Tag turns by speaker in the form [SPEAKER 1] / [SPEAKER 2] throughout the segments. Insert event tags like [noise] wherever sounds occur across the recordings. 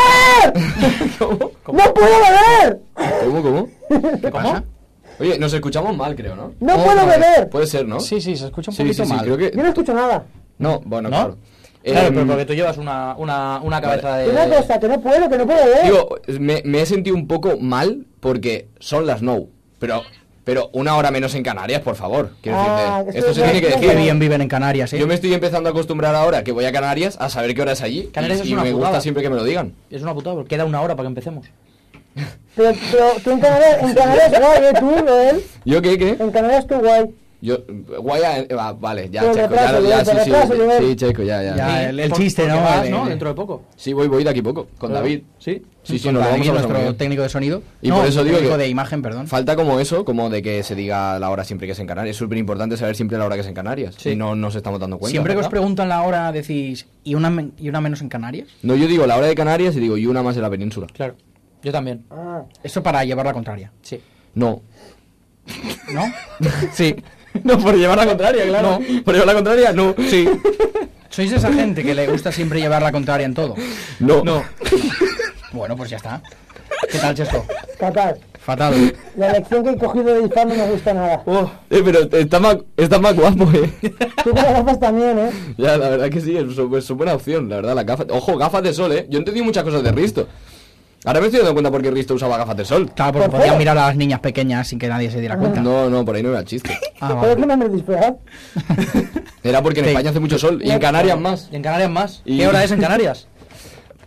[SPEAKER 1] ¡Joder!
[SPEAKER 2] ¿Cómo? ¿Cómo?
[SPEAKER 1] ¡No puedo beber!
[SPEAKER 2] ¿Cómo? ¿Cómo?
[SPEAKER 3] ¿Qué pasa?
[SPEAKER 2] Oye, nos escuchamos mal, creo, ¿no?
[SPEAKER 1] ¡No
[SPEAKER 3] Oh,
[SPEAKER 1] puedo
[SPEAKER 3] vale.
[SPEAKER 1] beber!
[SPEAKER 2] Puede ser, ¿no?
[SPEAKER 3] Sí, sí, se escucha un
[SPEAKER 2] sí,
[SPEAKER 3] poquito
[SPEAKER 2] sí, sí,
[SPEAKER 3] mal.
[SPEAKER 2] creo que...
[SPEAKER 1] Yo no escucho nada.
[SPEAKER 2] No, bueno,
[SPEAKER 3] ¿No?
[SPEAKER 2] claro.
[SPEAKER 3] Claro,
[SPEAKER 2] Em,
[SPEAKER 3] pero porque tú llevas una, una, una cabeza
[SPEAKER 4] Eh,
[SPEAKER 3] de...
[SPEAKER 1] Una cosa, que no puedo, que no puedo beber.
[SPEAKER 2] Digo, me, me he sentido un poco mal porque son las no, pero, pero una hora menos en Canarias, por favor. Quiero
[SPEAKER 1] Ah,
[SPEAKER 2] decirte,
[SPEAKER 1] que
[SPEAKER 2] esto
[SPEAKER 1] estoy
[SPEAKER 2] se
[SPEAKER 1] ya-
[SPEAKER 2] tiene que
[SPEAKER 1] ya
[SPEAKER 2] decir.
[SPEAKER 3] Qué bien viven en Canarias, ¿eh?
[SPEAKER 2] Yo me estoy empezando a acostumbrar ahora que voy a Canarias a saber qué hora es allí.
[SPEAKER 3] Canarias
[SPEAKER 2] y,
[SPEAKER 3] es
[SPEAKER 2] y
[SPEAKER 3] una
[SPEAKER 2] me
[SPEAKER 3] putada.
[SPEAKER 2] gusta siempre que me lo digan.
[SPEAKER 3] Es una putada, porque queda una hora para que empecemos.
[SPEAKER 1] Pero, pero tú en Canarias, en Canarias guay, ¿eh? Tú, Noel.
[SPEAKER 2] ¿Yo qué? ¿Qué?
[SPEAKER 1] En Canarias tú guay.
[SPEAKER 2] Yo, guaya, eh, va, vale, ya,
[SPEAKER 1] Pero
[SPEAKER 2] Checo,
[SPEAKER 1] retraso,
[SPEAKER 2] ya,
[SPEAKER 1] Miguel,
[SPEAKER 2] ya, sí,
[SPEAKER 1] pero
[SPEAKER 2] sí,
[SPEAKER 1] retraso,
[SPEAKER 2] sí,
[SPEAKER 1] Miguel.
[SPEAKER 2] sí, Checo, ya, ya,
[SPEAKER 3] Sí,
[SPEAKER 2] ya.
[SPEAKER 3] Ah, el- el por- chiste, porque ¿no? vas, De- ¿no? Dentro de poco.
[SPEAKER 2] Sí, voy, voy de aquí a poco, con David.
[SPEAKER 3] ¿Sí?
[SPEAKER 2] Sí, sí,
[SPEAKER 3] Con
[SPEAKER 2] nos lo vamos a
[SPEAKER 3] David,
[SPEAKER 2] pasar muy
[SPEAKER 3] nuestro
[SPEAKER 2] bien.
[SPEAKER 3] técnico de sonido.
[SPEAKER 2] Y
[SPEAKER 3] No,
[SPEAKER 2] por eso digo
[SPEAKER 3] técnico
[SPEAKER 2] que-
[SPEAKER 3] de imagen, perdón.
[SPEAKER 2] Falta como eso, como de que se diga la hora siempre que es en Canarias. Es súper importante saber siempre la hora que es en Canarias.
[SPEAKER 3] Sí.
[SPEAKER 2] Y no nos estamos dando cuenta.
[SPEAKER 3] Siempre que os
[SPEAKER 2] ¿verdad?
[SPEAKER 3] preguntan la hora decís, ¿y una, men- ¿y una menos en Canarias?
[SPEAKER 2] No, yo digo la hora de Canarias y digo y una más de la península.
[SPEAKER 3] Claro, yo también.
[SPEAKER 1] Ah,
[SPEAKER 3] Eso para llevar la contraria,
[SPEAKER 2] Sí. No. [laughs]
[SPEAKER 3] ¿no?
[SPEAKER 2] Sí. [laughs] No, por llevar la contraria, claro. Por llevar la contraria, no. Sí.
[SPEAKER 3] Sois de esa gente que le gusta siempre llevar la contraria en todo.
[SPEAKER 2] No.
[SPEAKER 3] [laughs] Bueno, pues ya está. ¿Qué tal, Chesco?
[SPEAKER 1] capaz.
[SPEAKER 3] Fatal.
[SPEAKER 1] La lección que he cogido de Izan no me gusta nada.
[SPEAKER 2] Eh, pero está más, está más guapo, eh. [laughs]
[SPEAKER 1] Tú con las gafas también, ¿eh?
[SPEAKER 2] ya, la verdad que sí, es su, es su buena opción, la verdad, las gafas. Ojo, gafas de sol, eh. Yo entendí muchas cosas de Risto. Ahora me estoy dando cuenta por qué Risto usaba gafas de sol.
[SPEAKER 3] Claro, porque
[SPEAKER 1] ¿Por qué? Ah,
[SPEAKER 3] podían mirar a las niñas pequeñas sin que nadie se diera cuenta.
[SPEAKER 2] No, no, por ahí no era chiste.
[SPEAKER 3] Ah,
[SPEAKER 1] ¿Pero
[SPEAKER 3] vale.
[SPEAKER 1] qué no me disfraz?
[SPEAKER 2] Era porque en
[SPEAKER 3] Sí.
[SPEAKER 2] España hace mucho sol y en Canarias más.
[SPEAKER 3] ¿Y en Canarias más?
[SPEAKER 2] Y-
[SPEAKER 3] ¿Qué hora es en [laughs] Canarias? [laughs]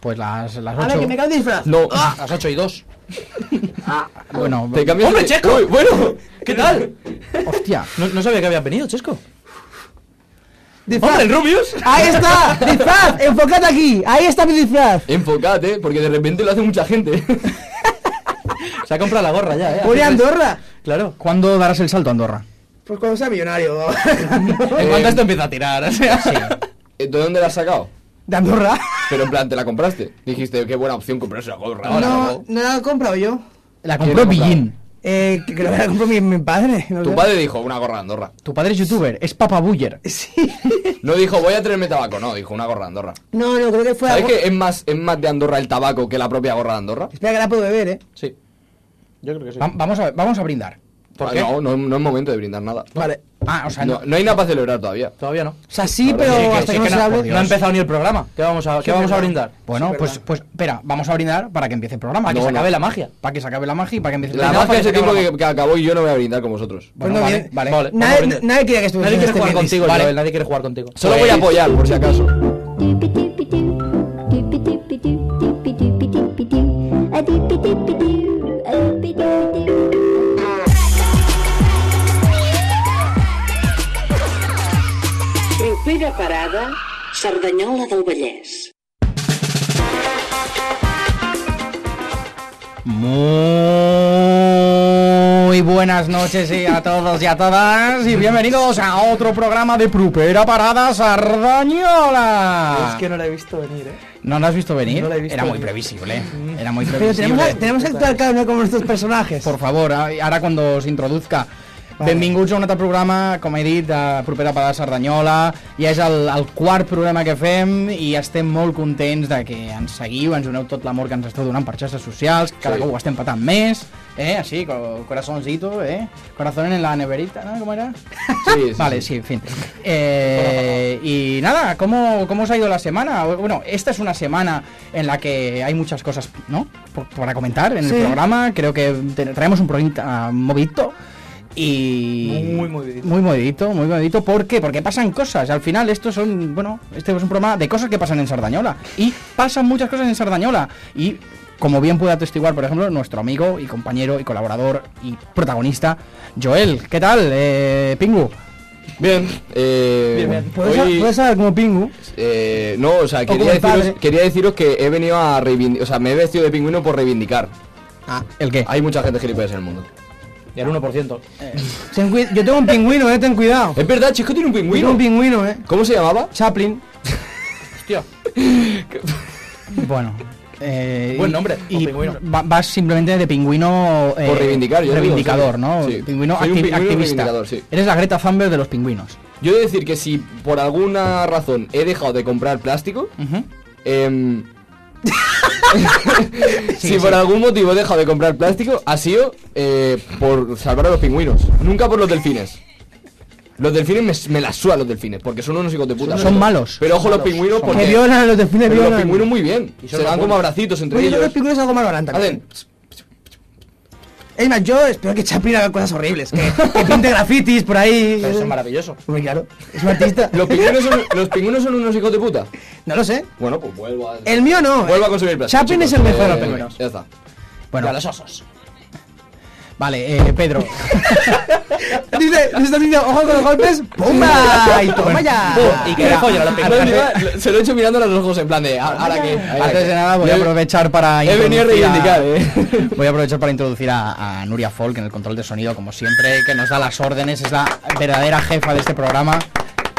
[SPEAKER 3] Pues las, las 8.
[SPEAKER 1] cae disfraz!
[SPEAKER 2] No.
[SPEAKER 3] Las 8 y 2. Bueno,
[SPEAKER 2] Te cambias ¡Hombre, Checo! bueno.
[SPEAKER 3] ¿qué [laughs] tal? Hostia, no, no sabía que habías venido, Chesco.
[SPEAKER 1] ¡Disfraz!
[SPEAKER 3] el Rubius!
[SPEAKER 1] ¡Ahí está! ¡Disfraz! ¡Enfocad aquí! ¡Ahí está mi disfraz!
[SPEAKER 2] Enfocate, porque de repente lo hace mucha gente. [laughs]
[SPEAKER 3] Se ha comprado la gorra ya, ¿eh?
[SPEAKER 5] Pone Andorra.
[SPEAKER 3] Claro. ¿Cuándo darás el salto a Andorra?
[SPEAKER 5] Pues cuando sea millonario.
[SPEAKER 2] Eh,
[SPEAKER 4] [laughs]
[SPEAKER 3] En cuanto esto empieza a tirar, o [laughs] sea.
[SPEAKER 2] ¿De dónde la has sacado?
[SPEAKER 5] ¿De Andorra?
[SPEAKER 2] Pero en plan, te la compraste. Dijiste, qué buena opción comprarse una gorra ahora.
[SPEAKER 5] No,
[SPEAKER 2] No.
[SPEAKER 5] no la he comprado yo.
[SPEAKER 3] La
[SPEAKER 2] ¿Quién
[SPEAKER 3] compró
[SPEAKER 2] lo compraba?
[SPEAKER 3] Pillín.
[SPEAKER 5] Eh, que que la hubiera comprado mi, mi padre. ¿no?
[SPEAKER 2] Tu padre dijo, una gorra de Andorra.
[SPEAKER 3] Tu padre es youtuber, es Papa Buller.
[SPEAKER 5] Sí.
[SPEAKER 2] No dijo, voy a traerme tabaco. No, dijo, una gorra de Andorra.
[SPEAKER 5] No, no, creo que fue
[SPEAKER 2] ¿Sabes
[SPEAKER 5] algo-
[SPEAKER 2] que es más, es más de Andorra el tabaco que la propia gorra de Andorra?
[SPEAKER 5] Espera que la puedo beber, eh.
[SPEAKER 3] Sí. Yo creo que sí. vamos, a, vamos a brindar.
[SPEAKER 2] Ah, No, no, no es momento de brindar nada.
[SPEAKER 5] Vale.
[SPEAKER 3] Ah, o sea,
[SPEAKER 2] No,
[SPEAKER 3] no.
[SPEAKER 2] no hay nada para celebrar todavía.
[SPEAKER 3] Todavía no.
[SPEAKER 5] O sea, sí,
[SPEAKER 2] Ahora
[SPEAKER 5] pero
[SPEAKER 2] sí
[SPEAKER 3] Sí, que-
[SPEAKER 5] hasta
[SPEAKER 3] sí,
[SPEAKER 5] que no
[SPEAKER 3] que
[SPEAKER 5] se
[SPEAKER 3] no,
[SPEAKER 5] hable.
[SPEAKER 3] por Dios. No ha empezado ni el programa. ¿Qué vamos a, qué vamos a
[SPEAKER 5] verdad.
[SPEAKER 3] brindar?
[SPEAKER 5] Sí,
[SPEAKER 3] Bueno,
[SPEAKER 5] verdad. Ah,
[SPEAKER 3] pues, pues espera, vamos a brindar para que empiece el programa.
[SPEAKER 2] Para que
[SPEAKER 3] No,
[SPEAKER 2] se acabe
[SPEAKER 3] no.
[SPEAKER 2] la magia.
[SPEAKER 3] Para que se acabe la magia y para que empiece el
[SPEAKER 2] La
[SPEAKER 3] programa.
[SPEAKER 2] magia es el tiempo
[SPEAKER 3] Para se
[SPEAKER 2] que, que acabó y yo no voy a brindar con vosotros.
[SPEAKER 3] acabe la magia. Bueno,
[SPEAKER 5] Pues no
[SPEAKER 3] vale,
[SPEAKER 5] viene-
[SPEAKER 3] vale.
[SPEAKER 5] Nadie-
[SPEAKER 3] Vamos a brindar.
[SPEAKER 5] nadie quiere que estuviese
[SPEAKER 3] Nadie
[SPEAKER 5] en este
[SPEAKER 3] quiere jugar
[SPEAKER 5] brindis.
[SPEAKER 3] contigo,
[SPEAKER 2] Vale.
[SPEAKER 3] Joel, nadie quiere jugar contigo.
[SPEAKER 2] Solo voy a apoyar, por si acaso.
[SPEAKER 6] Dippy dippy doo, dippy dippy doo, dippy dippy dippy doo, a dippy dippy doo, a dippy dippy doo.
[SPEAKER 7] Propera parada, Cerdanyola del Vallès.
[SPEAKER 3] Muy buenas noches y a todos y a todas y bienvenidos a otro programa de Propera Parada Sardañola.
[SPEAKER 5] Es que no la he visto venir, eh.
[SPEAKER 3] ¿No lo has visto venir?
[SPEAKER 5] No lo he visto
[SPEAKER 3] Era muy
[SPEAKER 5] venir.
[SPEAKER 3] previsible. Era muy
[SPEAKER 5] Pero tenemos,
[SPEAKER 3] previsible.
[SPEAKER 5] que- tenemos que actuar cada uno como nuestros personajes.
[SPEAKER 3] Por favor, a- ara quan us introduzca.
[SPEAKER 5] Vale.
[SPEAKER 3] Benvinguts a un altre programa, com he dit, de propera Parada Cerdanyola. Ja és el, el quart programa que fem i estem molt contents de que ens seguiu, ens doneu tot l'amor que ens esteu donant per xarxes socials, cada
[SPEAKER 2] Sí.
[SPEAKER 3] cop ho estem patant més, eh, així, co- corazoncito, eh, corazón en la neverita, no? Com era?
[SPEAKER 2] Sí, sí,
[SPEAKER 3] Vale,
[SPEAKER 2] sí.
[SPEAKER 3] sí, en fin. Eh, y nada, ¿cómo, ¿cómo os ha ido la semana? Bueno, esta es una semana en la que hay muchas cosas, ¿no? Por- Para comentar en
[SPEAKER 5] Sí.
[SPEAKER 3] el programa. Creo que te- traemos un programa movidito. Y
[SPEAKER 5] Muy movidito.
[SPEAKER 3] Muy movidito, muy movidito. ¿Por qué? Porque pasan cosas. Al final, estos son, bueno, este es un programa de cosas que pasan en Sardañola. Y pasan muchas cosas en Sardañola. Y como bien puede atestiguar, por ejemplo, nuestro amigo y compañero y colaborador y protagonista, Joel. ¿Qué tal, eh, Pingu?
[SPEAKER 2] Bien. Eh,
[SPEAKER 5] Bien, bien. ¿Puedes,
[SPEAKER 2] hoy-
[SPEAKER 5] puedes hablar como Pingu?
[SPEAKER 2] Eh, no, o sea,
[SPEAKER 5] como
[SPEAKER 2] quería
[SPEAKER 5] el padre.
[SPEAKER 2] deciros, quería deciros que he venido a reivindicar, o sea, me he vestido de pingüino por reivindicar.
[SPEAKER 5] Ah.
[SPEAKER 3] ¿El qué?
[SPEAKER 2] Hay mucha gente gilipollas en el mundo.
[SPEAKER 3] Y el 1%.
[SPEAKER 5] Ten cui- Yo tengo un pingüino, eh. Ten cuidado.
[SPEAKER 2] Es verdad, chico, tiene un
[SPEAKER 5] Tengo
[SPEAKER 2] pingüino.
[SPEAKER 5] un pingüino, eh.
[SPEAKER 2] ¿Cómo se llamaba?
[SPEAKER 5] Chaplin.
[SPEAKER 3] Bueno. eh,
[SPEAKER 5] Buen nombre,
[SPEAKER 3] Y
[SPEAKER 5] o pingüino.
[SPEAKER 3] va- vas simplemente de pingüino. eh,
[SPEAKER 2] Por reivindicar, yo
[SPEAKER 3] Reivindicador,
[SPEAKER 2] digo,
[SPEAKER 3] ¿no?
[SPEAKER 2] sí. Sí.
[SPEAKER 3] Pingüino,
[SPEAKER 2] Soy un
[SPEAKER 3] acti-
[SPEAKER 2] pingüino
[SPEAKER 3] activista.
[SPEAKER 2] reivindicador, sí.
[SPEAKER 3] Eres la Greta Thunberg de los pingüinos.
[SPEAKER 2] Yo he de decir que si por alguna razón he dejado de comprar plástico,
[SPEAKER 3] Ujú.
[SPEAKER 2] em, si por algún motivo he dejado de comprar plástico, ha sido eh, por salvar a los pingüinos. Nunca por los delfines. Los delfines me, me la suda los delfines, porque son unos hijos de puta.
[SPEAKER 3] Son malos.
[SPEAKER 2] Pero ojo los pingüinos porque.
[SPEAKER 5] Que violan a los delfines,
[SPEAKER 2] pero los
[SPEAKER 5] violan.
[SPEAKER 2] pingüinos muy bien.
[SPEAKER 4] Y son
[SPEAKER 2] Se
[SPEAKER 4] los
[SPEAKER 2] dan como
[SPEAKER 4] buenos.
[SPEAKER 2] abracitos entre
[SPEAKER 5] Oye, yo creo que
[SPEAKER 2] ellos.
[SPEAKER 5] el pingüino es algo más barata.
[SPEAKER 2] Hacen.
[SPEAKER 5] Es más, yo espero que Chaplin haga cosas horribles. Que, que
[SPEAKER 2] [laughs]
[SPEAKER 5] pinte grafitis por ahí.
[SPEAKER 4] Pero eso es maravilloso.
[SPEAKER 5] Hombre, claro. Es un
[SPEAKER 2] [laughs]
[SPEAKER 5] artista.
[SPEAKER 2] Los pingüinos, son, los pingüinos son unos hijos de puta.
[SPEAKER 5] No lo sé.
[SPEAKER 2] Bueno, pues vuelvo a.
[SPEAKER 5] El mío no. eh.
[SPEAKER 2] Vuelvo a consumir plástico.
[SPEAKER 5] Chaplin es
[SPEAKER 2] chicos.
[SPEAKER 5] el mejor de los
[SPEAKER 2] Eh,
[SPEAKER 5] pingüinos.
[SPEAKER 2] Ya está.
[SPEAKER 3] Bueno,
[SPEAKER 4] A los osos.
[SPEAKER 3] vale, eh, [laughs] Pedro.
[SPEAKER 5] Dice, nos está diciendo, ojo con los golpes. ¡Pumba! Y toma ya.
[SPEAKER 4] Y que le follen a los
[SPEAKER 2] Yo
[SPEAKER 4] pingüinos.
[SPEAKER 2] encima [laughs] se lo he hecho mirando a los ojos en plan de. "Ah, Ahora que.
[SPEAKER 3] Antes de nada voy a aprovechar para
[SPEAKER 2] He venido a
[SPEAKER 3] introducir
[SPEAKER 2] reivindicar, eh.
[SPEAKER 3] [laughs] Voy a aprovechar para introducir a, a Nuria Folk en el control de sonido, como siempre, que nos da las órdenes, es la verdadera jefa de este programa.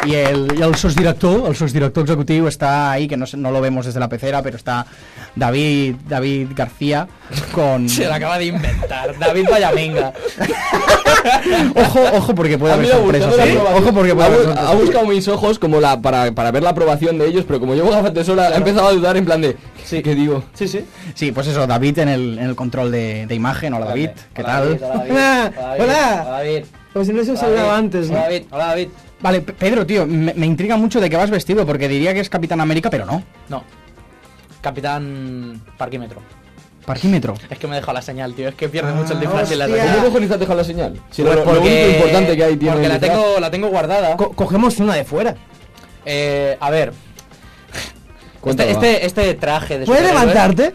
[SPEAKER 3] Y el, y el subdirector, el subdirector ejecutivo está ahí, que no, sé- no lo vemos desde la pecera, pero está David, David García con...
[SPEAKER 4] Se lo acaba de inventar. David Vallaminga.
[SPEAKER 3] Ojo, ojo, porque puede
[SPEAKER 2] Ha
[SPEAKER 3] haber
[SPEAKER 2] habido
[SPEAKER 3] sorpresas.
[SPEAKER 2] abusado de
[SPEAKER 3] ¿eh?
[SPEAKER 2] la aprobación.
[SPEAKER 3] Ojo, porque puede
[SPEAKER 2] ha,
[SPEAKER 3] haber
[SPEAKER 2] bu-
[SPEAKER 3] sorpresas.
[SPEAKER 2] ha buscado mis ojos como la para, para ver la aprobación de ellos, pero como llevo gafas de sol, ha empezado a dudar en plan de
[SPEAKER 4] Sí.
[SPEAKER 2] ¿qué digo?
[SPEAKER 4] Sí, sí.
[SPEAKER 3] Sí, pues eso, David en el, en el control de, de imagen. Hola, David, ¿qué tal?
[SPEAKER 5] Hola, hola.
[SPEAKER 4] Hola, David.
[SPEAKER 5] Como si no se
[SPEAKER 4] Hola,
[SPEAKER 5] os hablaba
[SPEAKER 4] David.
[SPEAKER 5] antes. ¿no?
[SPEAKER 4] Hola, David. Hola, David.
[SPEAKER 3] Vale, Pe- Pedro, tío, me, me intriga mucho de qué vas vestido, porque diría que es Capitán América, pero no.
[SPEAKER 4] No. Capitán Parquímetro.
[SPEAKER 3] Parquímetro.
[SPEAKER 4] Es que me deja la señal, tío. Es que pierde mucho el disfraz y la
[SPEAKER 5] Ah, hostia.
[SPEAKER 2] ¿Cómo
[SPEAKER 4] señal.
[SPEAKER 2] cojones te has dejado la señal? Si
[SPEAKER 4] Pues
[SPEAKER 2] lo, lo único importante que hay tiene
[SPEAKER 4] Porque
[SPEAKER 2] el
[SPEAKER 4] la
[SPEAKER 2] disfraz.
[SPEAKER 4] tengo, la tengo guardada.
[SPEAKER 5] Co- cogemos una de fuera.
[SPEAKER 4] Eh, a ver.
[SPEAKER 2] Cuéntalo,
[SPEAKER 4] Este, este, este traje de
[SPEAKER 5] ¿Puedes
[SPEAKER 4] superhéroe-
[SPEAKER 5] levantarte?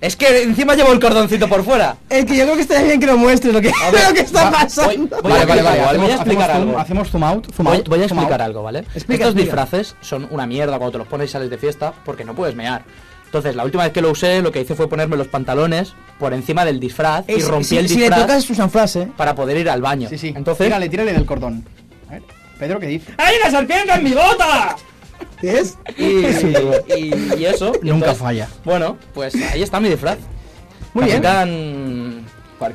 [SPEAKER 4] Es que encima llevo el cordoncito por fuera.
[SPEAKER 5] Es que yo creo que estaría bien que lo muestres lo que, [laughs] lo que está pasando.
[SPEAKER 4] voy- Vale, vale, vale, voy a explicar
[SPEAKER 3] zoom,
[SPEAKER 4] algo.
[SPEAKER 3] Hacemos zoom out, zoom
[SPEAKER 4] Voy,
[SPEAKER 3] out,
[SPEAKER 4] voy a
[SPEAKER 3] zoom out.
[SPEAKER 4] explicar algo, ¿vale?
[SPEAKER 5] Explica,
[SPEAKER 4] Estos
[SPEAKER 5] explica.
[SPEAKER 4] disfraces son una mierda cuando te los pones y sales de fiesta porque no puedes mear. Entonces, la última vez que lo usé, lo que hice fue ponerme los pantalones por encima del disfraz y
[SPEAKER 5] Es-
[SPEAKER 4] rompí
[SPEAKER 5] si,
[SPEAKER 4] el
[SPEAKER 5] si
[SPEAKER 4] disfraz
[SPEAKER 5] le tocas Susan Frase.
[SPEAKER 4] para poder ir al baño.
[SPEAKER 3] Sí, sí.
[SPEAKER 4] Entonces, Ah,
[SPEAKER 3] Tírale, tírale del cordón. A ver, Pedro, ¿qué dice?
[SPEAKER 4] ¡Hay una serpiente en mi bota!
[SPEAKER 5] ¿Es?
[SPEAKER 4] [laughs]
[SPEAKER 5] [laughs]
[SPEAKER 4] Y, [laughs] y- y eso. y
[SPEAKER 3] Nunca
[SPEAKER 4] entonces-
[SPEAKER 3] falla.
[SPEAKER 4] Bueno, pues ahí está mi disfraz.
[SPEAKER 5] Muy bien.
[SPEAKER 4] Capitán...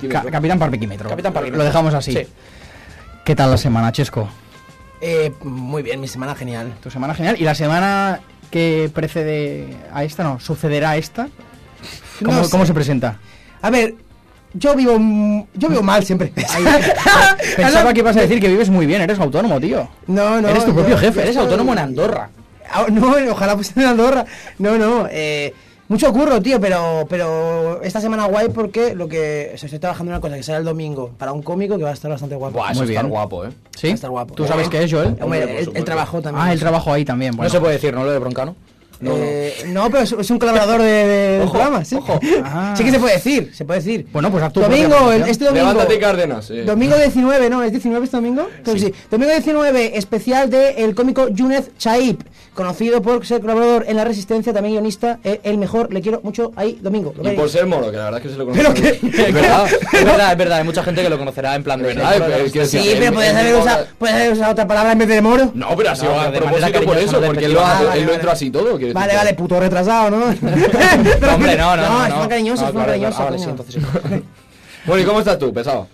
[SPEAKER 3] Ca- Capitán Parquímetro.
[SPEAKER 4] Capitán Parquímetro.
[SPEAKER 3] Lo dejamos así.
[SPEAKER 4] Sí.
[SPEAKER 3] ¿Qué tal la semana, Chesco?
[SPEAKER 5] Eh, muy bien, mi semana genial.
[SPEAKER 3] Tu semana genial. ¿Y la semana que precede a esta, no, sucederá a esta? ¿Cómo,
[SPEAKER 5] No sé.
[SPEAKER 3] cómo se presenta?
[SPEAKER 5] A ver, yo vivo, mm, yo vivo mal siempre. [laughs]
[SPEAKER 3] [laughs] Pensaba que ibas a decir que vives muy bien, eres autónomo, tío.
[SPEAKER 5] No, no.
[SPEAKER 3] Eres tu
[SPEAKER 5] yo-
[SPEAKER 3] propio
[SPEAKER 5] yo
[SPEAKER 3] jefe, eres
[SPEAKER 5] estoy-
[SPEAKER 3] autónomo en
[SPEAKER 4] Andorra.
[SPEAKER 5] Ah, No, ojalá fuese en Andorra. No, no. Eh, mucho curro, tío, pero, pero esta semana guay porque lo que o sea, estoy trabajando en una cosa que será el domingo para un cómico que va a estar bastante guapo.
[SPEAKER 2] Buah, eso
[SPEAKER 3] Muy
[SPEAKER 2] está
[SPEAKER 3] bien.
[SPEAKER 2] guapo, eh.
[SPEAKER 3] ¿Sí?
[SPEAKER 5] Va a estar guapo. Eh,
[SPEAKER 3] ¿Tú sabes qué es, Joel?
[SPEAKER 5] Hombre,
[SPEAKER 2] Hombre, por
[SPEAKER 5] el, el
[SPEAKER 2] supuesto.
[SPEAKER 5] trabajo también.
[SPEAKER 3] Ah, el trabajo ahí también. Bueno.
[SPEAKER 4] No se puede decir, ¿no? Lo de broncano.
[SPEAKER 5] No, Eh, no, pero es, es un colaborador de, de del programa, sí.
[SPEAKER 3] Ah.
[SPEAKER 5] [laughs] Sí que se puede decir, se puede decir.
[SPEAKER 3] Bueno, pues haz tu propia
[SPEAKER 5] domingo, el-
[SPEAKER 3] promoción.
[SPEAKER 5] este domingo.
[SPEAKER 2] Levántate Cárdenas. eh.
[SPEAKER 5] Domingo 19, ¿no? ¿Es 19 este domingo? Creo que sí. Domingo 19, especial del el cómico Yunez Chaib, conocido por ser colaborador en La Resistencia, también guionista, eh, el mejor, le quiero mucho ahí, domingo. lo
[SPEAKER 2] Y
[SPEAKER 5] veréis.
[SPEAKER 2] por ser moro, que la verdad es que se lo conoce.
[SPEAKER 5] Pero que-
[SPEAKER 2] Es verdad.
[SPEAKER 4] es verdad, es verdad. Hay mucha gente que lo conocerá en plan de...
[SPEAKER 2] verdad, pero es que
[SPEAKER 5] Sí,
[SPEAKER 2] en-
[SPEAKER 5] pero
[SPEAKER 2] en
[SPEAKER 5] podrías
[SPEAKER 2] mi
[SPEAKER 5] haber,
[SPEAKER 2] boda-
[SPEAKER 5] usado, podrías haber usado otra palabra en vez de moro.
[SPEAKER 2] No, pero ha sido
[SPEAKER 4] No,
[SPEAKER 2] a
[SPEAKER 4] pero de manera
[SPEAKER 2] propósito por
[SPEAKER 4] cariñosa,
[SPEAKER 2] eso,
[SPEAKER 4] no
[SPEAKER 2] porque él, lo,
[SPEAKER 4] despectiva.
[SPEAKER 2] ha-
[SPEAKER 5] Ah, vale,
[SPEAKER 2] él lo
[SPEAKER 5] vale.
[SPEAKER 2] entró así y todo. quiero
[SPEAKER 5] Vale,
[SPEAKER 2] decirte.
[SPEAKER 5] vale, puto retrasado, ¿no?
[SPEAKER 4] [laughs]
[SPEAKER 5] [laughs]
[SPEAKER 4] No, hombre, no, no, no.
[SPEAKER 5] es muy cariñoso,
[SPEAKER 4] No,
[SPEAKER 5] es muy
[SPEAKER 4] claro,
[SPEAKER 5] cariñoso.
[SPEAKER 4] ah, vale, sí,
[SPEAKER 5] coño.
[SPEAKER 4] entonces sí.
[SPEAKER 2] Bueno, ¿y cómo estás tú, pesado?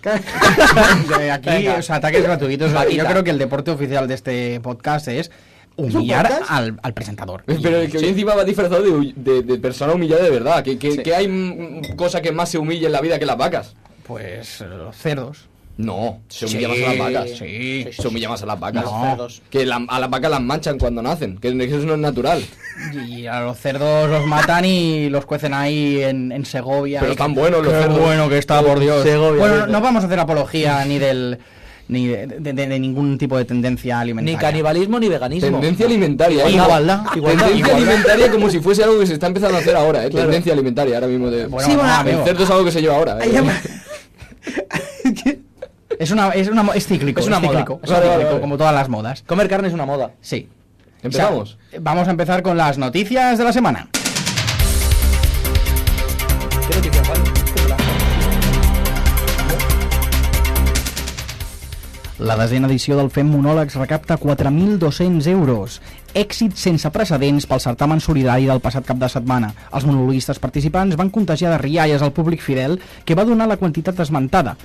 [SPEAKER 3] Eh, Aquí,
[SPEAKER 4] Venga.
[SPEAKER 3] o sea, ataques gratuitos. Yo
[SPEAKER 4] Vaquita.
[SPEAKER 3] creo que el deporte oficial de este podcast es humillar al, al presentador.
[SPEAKER 2] [laughs] Pero el que hoy encima va disfrazado de, hu- de- de persona humillada de verdad. Que, que, que hay mm, cosa que más se humilla en la vida que las vacas.
[SPEAKER 3] Pues eh, los cerdos.
[SPEAKER 2] No, se
[SPEAKER 3] Sí,
[SPEAKER 2] humilla más a las vacas.
[SPEAKER 3] sí.
[SPEAKER 2] se humilla más a las vacas.
[SPEAKER 3] No.
[SPEAKER 4] cerdos.
[SPEAKER 2] Que la- a las vacas las manchan cuando nacen, que eso no es natural.
[SPEAKER 3] Y a los cerdos los matan y los cuecen ahí en, en Segovia.
[SPEAKER 2] Pero
[SPEAKER 3] Y-
[SPEAKER 2] están buenos los
[SPEAKER 3] Qué
[SPEAKER 2] cerdos.
[SPEAKER 3] bueno que está, por Dios.
[SPEAKER 4] Segovia,
[SPEAKER 3] bueno, no,
[SPEAKER 4] dice.
[SPEAKER 3] no vamos a hacer apología ni del ni de, de- de- de ningún tipo de tendencia
[SPEAKER 4] Ni
[SPEAKER 3] alimentaria.
[SPEAKER 4] canibalismo ni veganismo.
[SPEAKER 2] Tendencia alimentaria. ¿eh?
[SPEAKER 3] Igualdad.
[SPEAKER 2] Tendencia
[SPEAKER 4] Igualdad.
[SPEAKER 2] alimentaria como si fuese algo que se está empezando a hacer ahora, ¿eh? Tendencia alimentaria ahora mismo. De...
[SPEAKER 3] Bueno,
[SPEAKER 5] Sí,
[SPEAKER 3] no,
[SPEAKER 5] bueno,
[SPEAKER 2] el
[SPEAKER 3] amigo.
[SPEAKER 2] cerdo es algo que se lleva ahora. ¿eh?
[SPEAKER 5] Ahí llama-
[SPEAKER 3] Es una es una mo- es cíclico,
[SPEAKER 4] Es una moda.
[SPEAKER 3] cíclico, es
[SPEAKER 2] Vale, vale,
[SPEAKER 3] cíclico,
[SPEAKER 2] vale.
[SPEAKER 3] como todas las modas.
[SPEAKER 4] Comer carne es una moda.
[SPEAKER 3] Sí.
[SPEAKER 2] Empezamos.
[SPEAKER 3] O sea, vamos a empezar con las noticias de la semana. La desena edició del Fem Monòlegs recapta 4.200 euros. Èxit sense precedents pel certamen solidari del passat cap de setmana. Els monologuistes participants van contagiar de rialles al públic fidel que va donar la quantitat esmentada.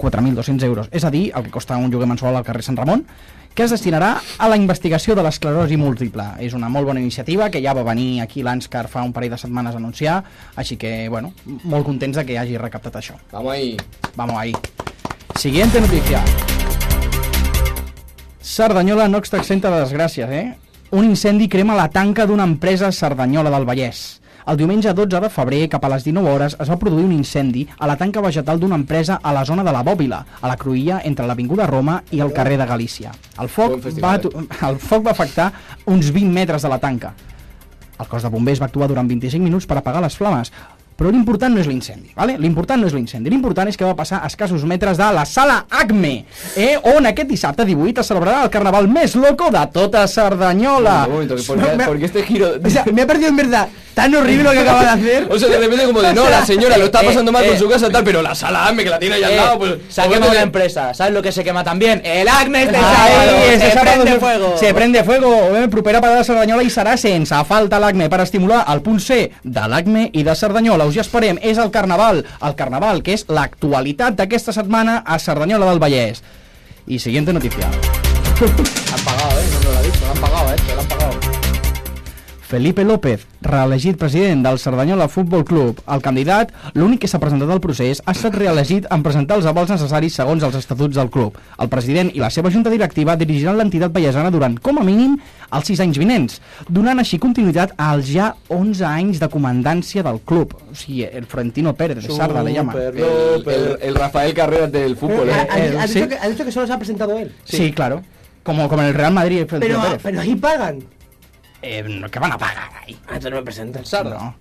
[SPEAKER 3] 4.200 euros, és a dir, el que costa un lloguer mensual al carrer Sant Ramon, que es destinarà a la investigació de l'esclerosi múltiple. És una molt bona iniciativa que ja va venir aquí l'Anscar fa un parell de setmanes a anunciar, així que, bueno, molt contents de que hagi recaptat això.
[SPEAKER 2] Vamos ahí.
[SPEAKER 3] Vamos ahí. Siguiente noticia. Cerdanyola no està exenta de desgràcies, eh? Un incendi crema la tanca d'una empresa a Cerdanyola del Vallès. El diumenge 12 de febrer, cap a les 19 hores, es va produir un incendi a la tanca vegetal d'una empresa a la zona de la Bòbila, a la Cruïlla, entre l'Avinguda Roma i el carrer de Galícia. El foc,
[SPEAKER 2] Bon
[SPEAKER 3] va,
[SPEAKER 2] festival,
[SPEAKER 3] atu- [laughs] el foc va afectar uns 20 metres de la tanca. El cos de bombers va actuar durant 25 minuts per apagar les flames, però l'important no és l'incendi, ¿vale? l'important no és l'incendi, l'important és que va passar a escassos metres de la sala ACME, eh? on aquest dissabte 18 es celebrarà el carnaval més loco de tota Cerdanyola.
[SPEAKER 2] Un momento, que ¿por, qué,
[SPEAKER 3] Me-
[SPEAKER 2] por qué este giro?
[SPEAKER 5] O sea, me ha parecido en verdad tan horrible lo que acaba de hacer.
[SPEAKER 2] O sea, de repente como de, no, la señora lo está pasando mal
[SPEAKER 4] eh,
[SPEAKER 2] con su casa tal, pero la sala AME que la tiene ahí al
[SPEAKER 4] Eh,
[SPEAKER 2] lado, pues...
[SPEAKER 4] se ha quemado
[SPEAKER 2] obviamente-
[SPEAKER 4] la empresa. ¿Sabes lo que se quema también? El acme está
[SPEAKER 3] Ahí,
[SPEAKER 4] ahí.
[SPEAKER 3] ese
[SPEAKER 4] Se
[SPEAKER 3] sábado
[SPEAKER 4] prende
[SPEAKER 3] se-
[SPEAKER 4] fuego.
[SPEAKER 3] Se prende fuego. Eh, propera parada a Cerdanyola i serà sense falta l'ACME per estimular el punt C de l'ACME i de Cerdanyola. Us hi esperem. És el Carnaval. El Carnaval, que és l'actualitat d'aquesta setmana a Cerdanyola del Vallès. I siguiente notícia.
[SPEAKER 4] han pagado, eh. No lo ha dicho. Lo han pagado, eh. Lo han pagado.
[SPEAKER 3] Felipe López, reelegit president del Cerdanyola Futbol Club. El candidat, l'únic que s'ha presentat al procés, ha estat reelegit en presentar els avals necessaris segons els estatuts del club. El president i la seva junta directiva dirigiran l'entitat ballesana durant, com a mínim, els 6 anys vinents, donant així continuïtat als ja 11 anys de comandància del club. O sigui, el Florentino Pérez, de Sarda, le llama.
[SPEAKER 4] Super.
[SPEAKER 2] El, el- el Rafael Carreras del fútbol,
[SPEAKER 5] Ha,
[SPEAKER 2] ¿eh?
[SPEAKER 5] ha- ha
[SPEAKER 3] eh,
[SPEAKER 5] dicho
[SPEAKER 3] sí.
[SPEAKER 5] que, ha dicho que solo se ha presentado él.
[SPEAKER 3] Sí, claro. Como, como en el Real Madrid, el Florentino
[SPEAKER 5] Pero,
[SPEAKER 3] Pérez.
[SPEAKER 5] pero ahí pagan.
[SPEAKER 3] Eh, no, ¿Qué van a pagar ahí?
[SPEAKER 5] Ah, entonces no me presentas.
[SPEAKER 3] No.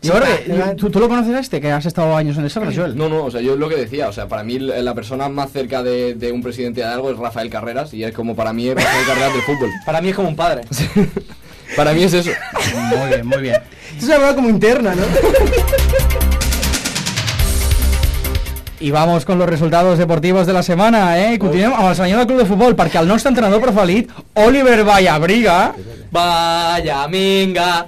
[SPEAKER 3] Yo creo que- ¿tú, tú lo conoces a este, que has estado años en el Sarda, Joel?
[SPEAKER 2] No, no, o sea, yo es lo que decía, o sea, para mí la la persona más cerca de, de un presidente de algo es Rafael Carreras y es como para mí es Rafael Carreras del fútbol.
[SPEAKER 4] Para mí es como un padre.
[SPEAKER 2] Para mí es eso.
[SPEAKER 3] Muy bien,
[SPEAKER 5] [laughs]
[SPEAKER 3] muy bien.
[SPEAKER 5] Esto se ha hablado como interna, ¿no?
[SPEAKER 3] Y vamos con los resultados deportivos de la semana, eh? Continuem amb el senyor del Club de Futbol, perquè el nostre entrenador preferit, Oliver Vallabriga,
[SPEAKER 4] Vaya minga.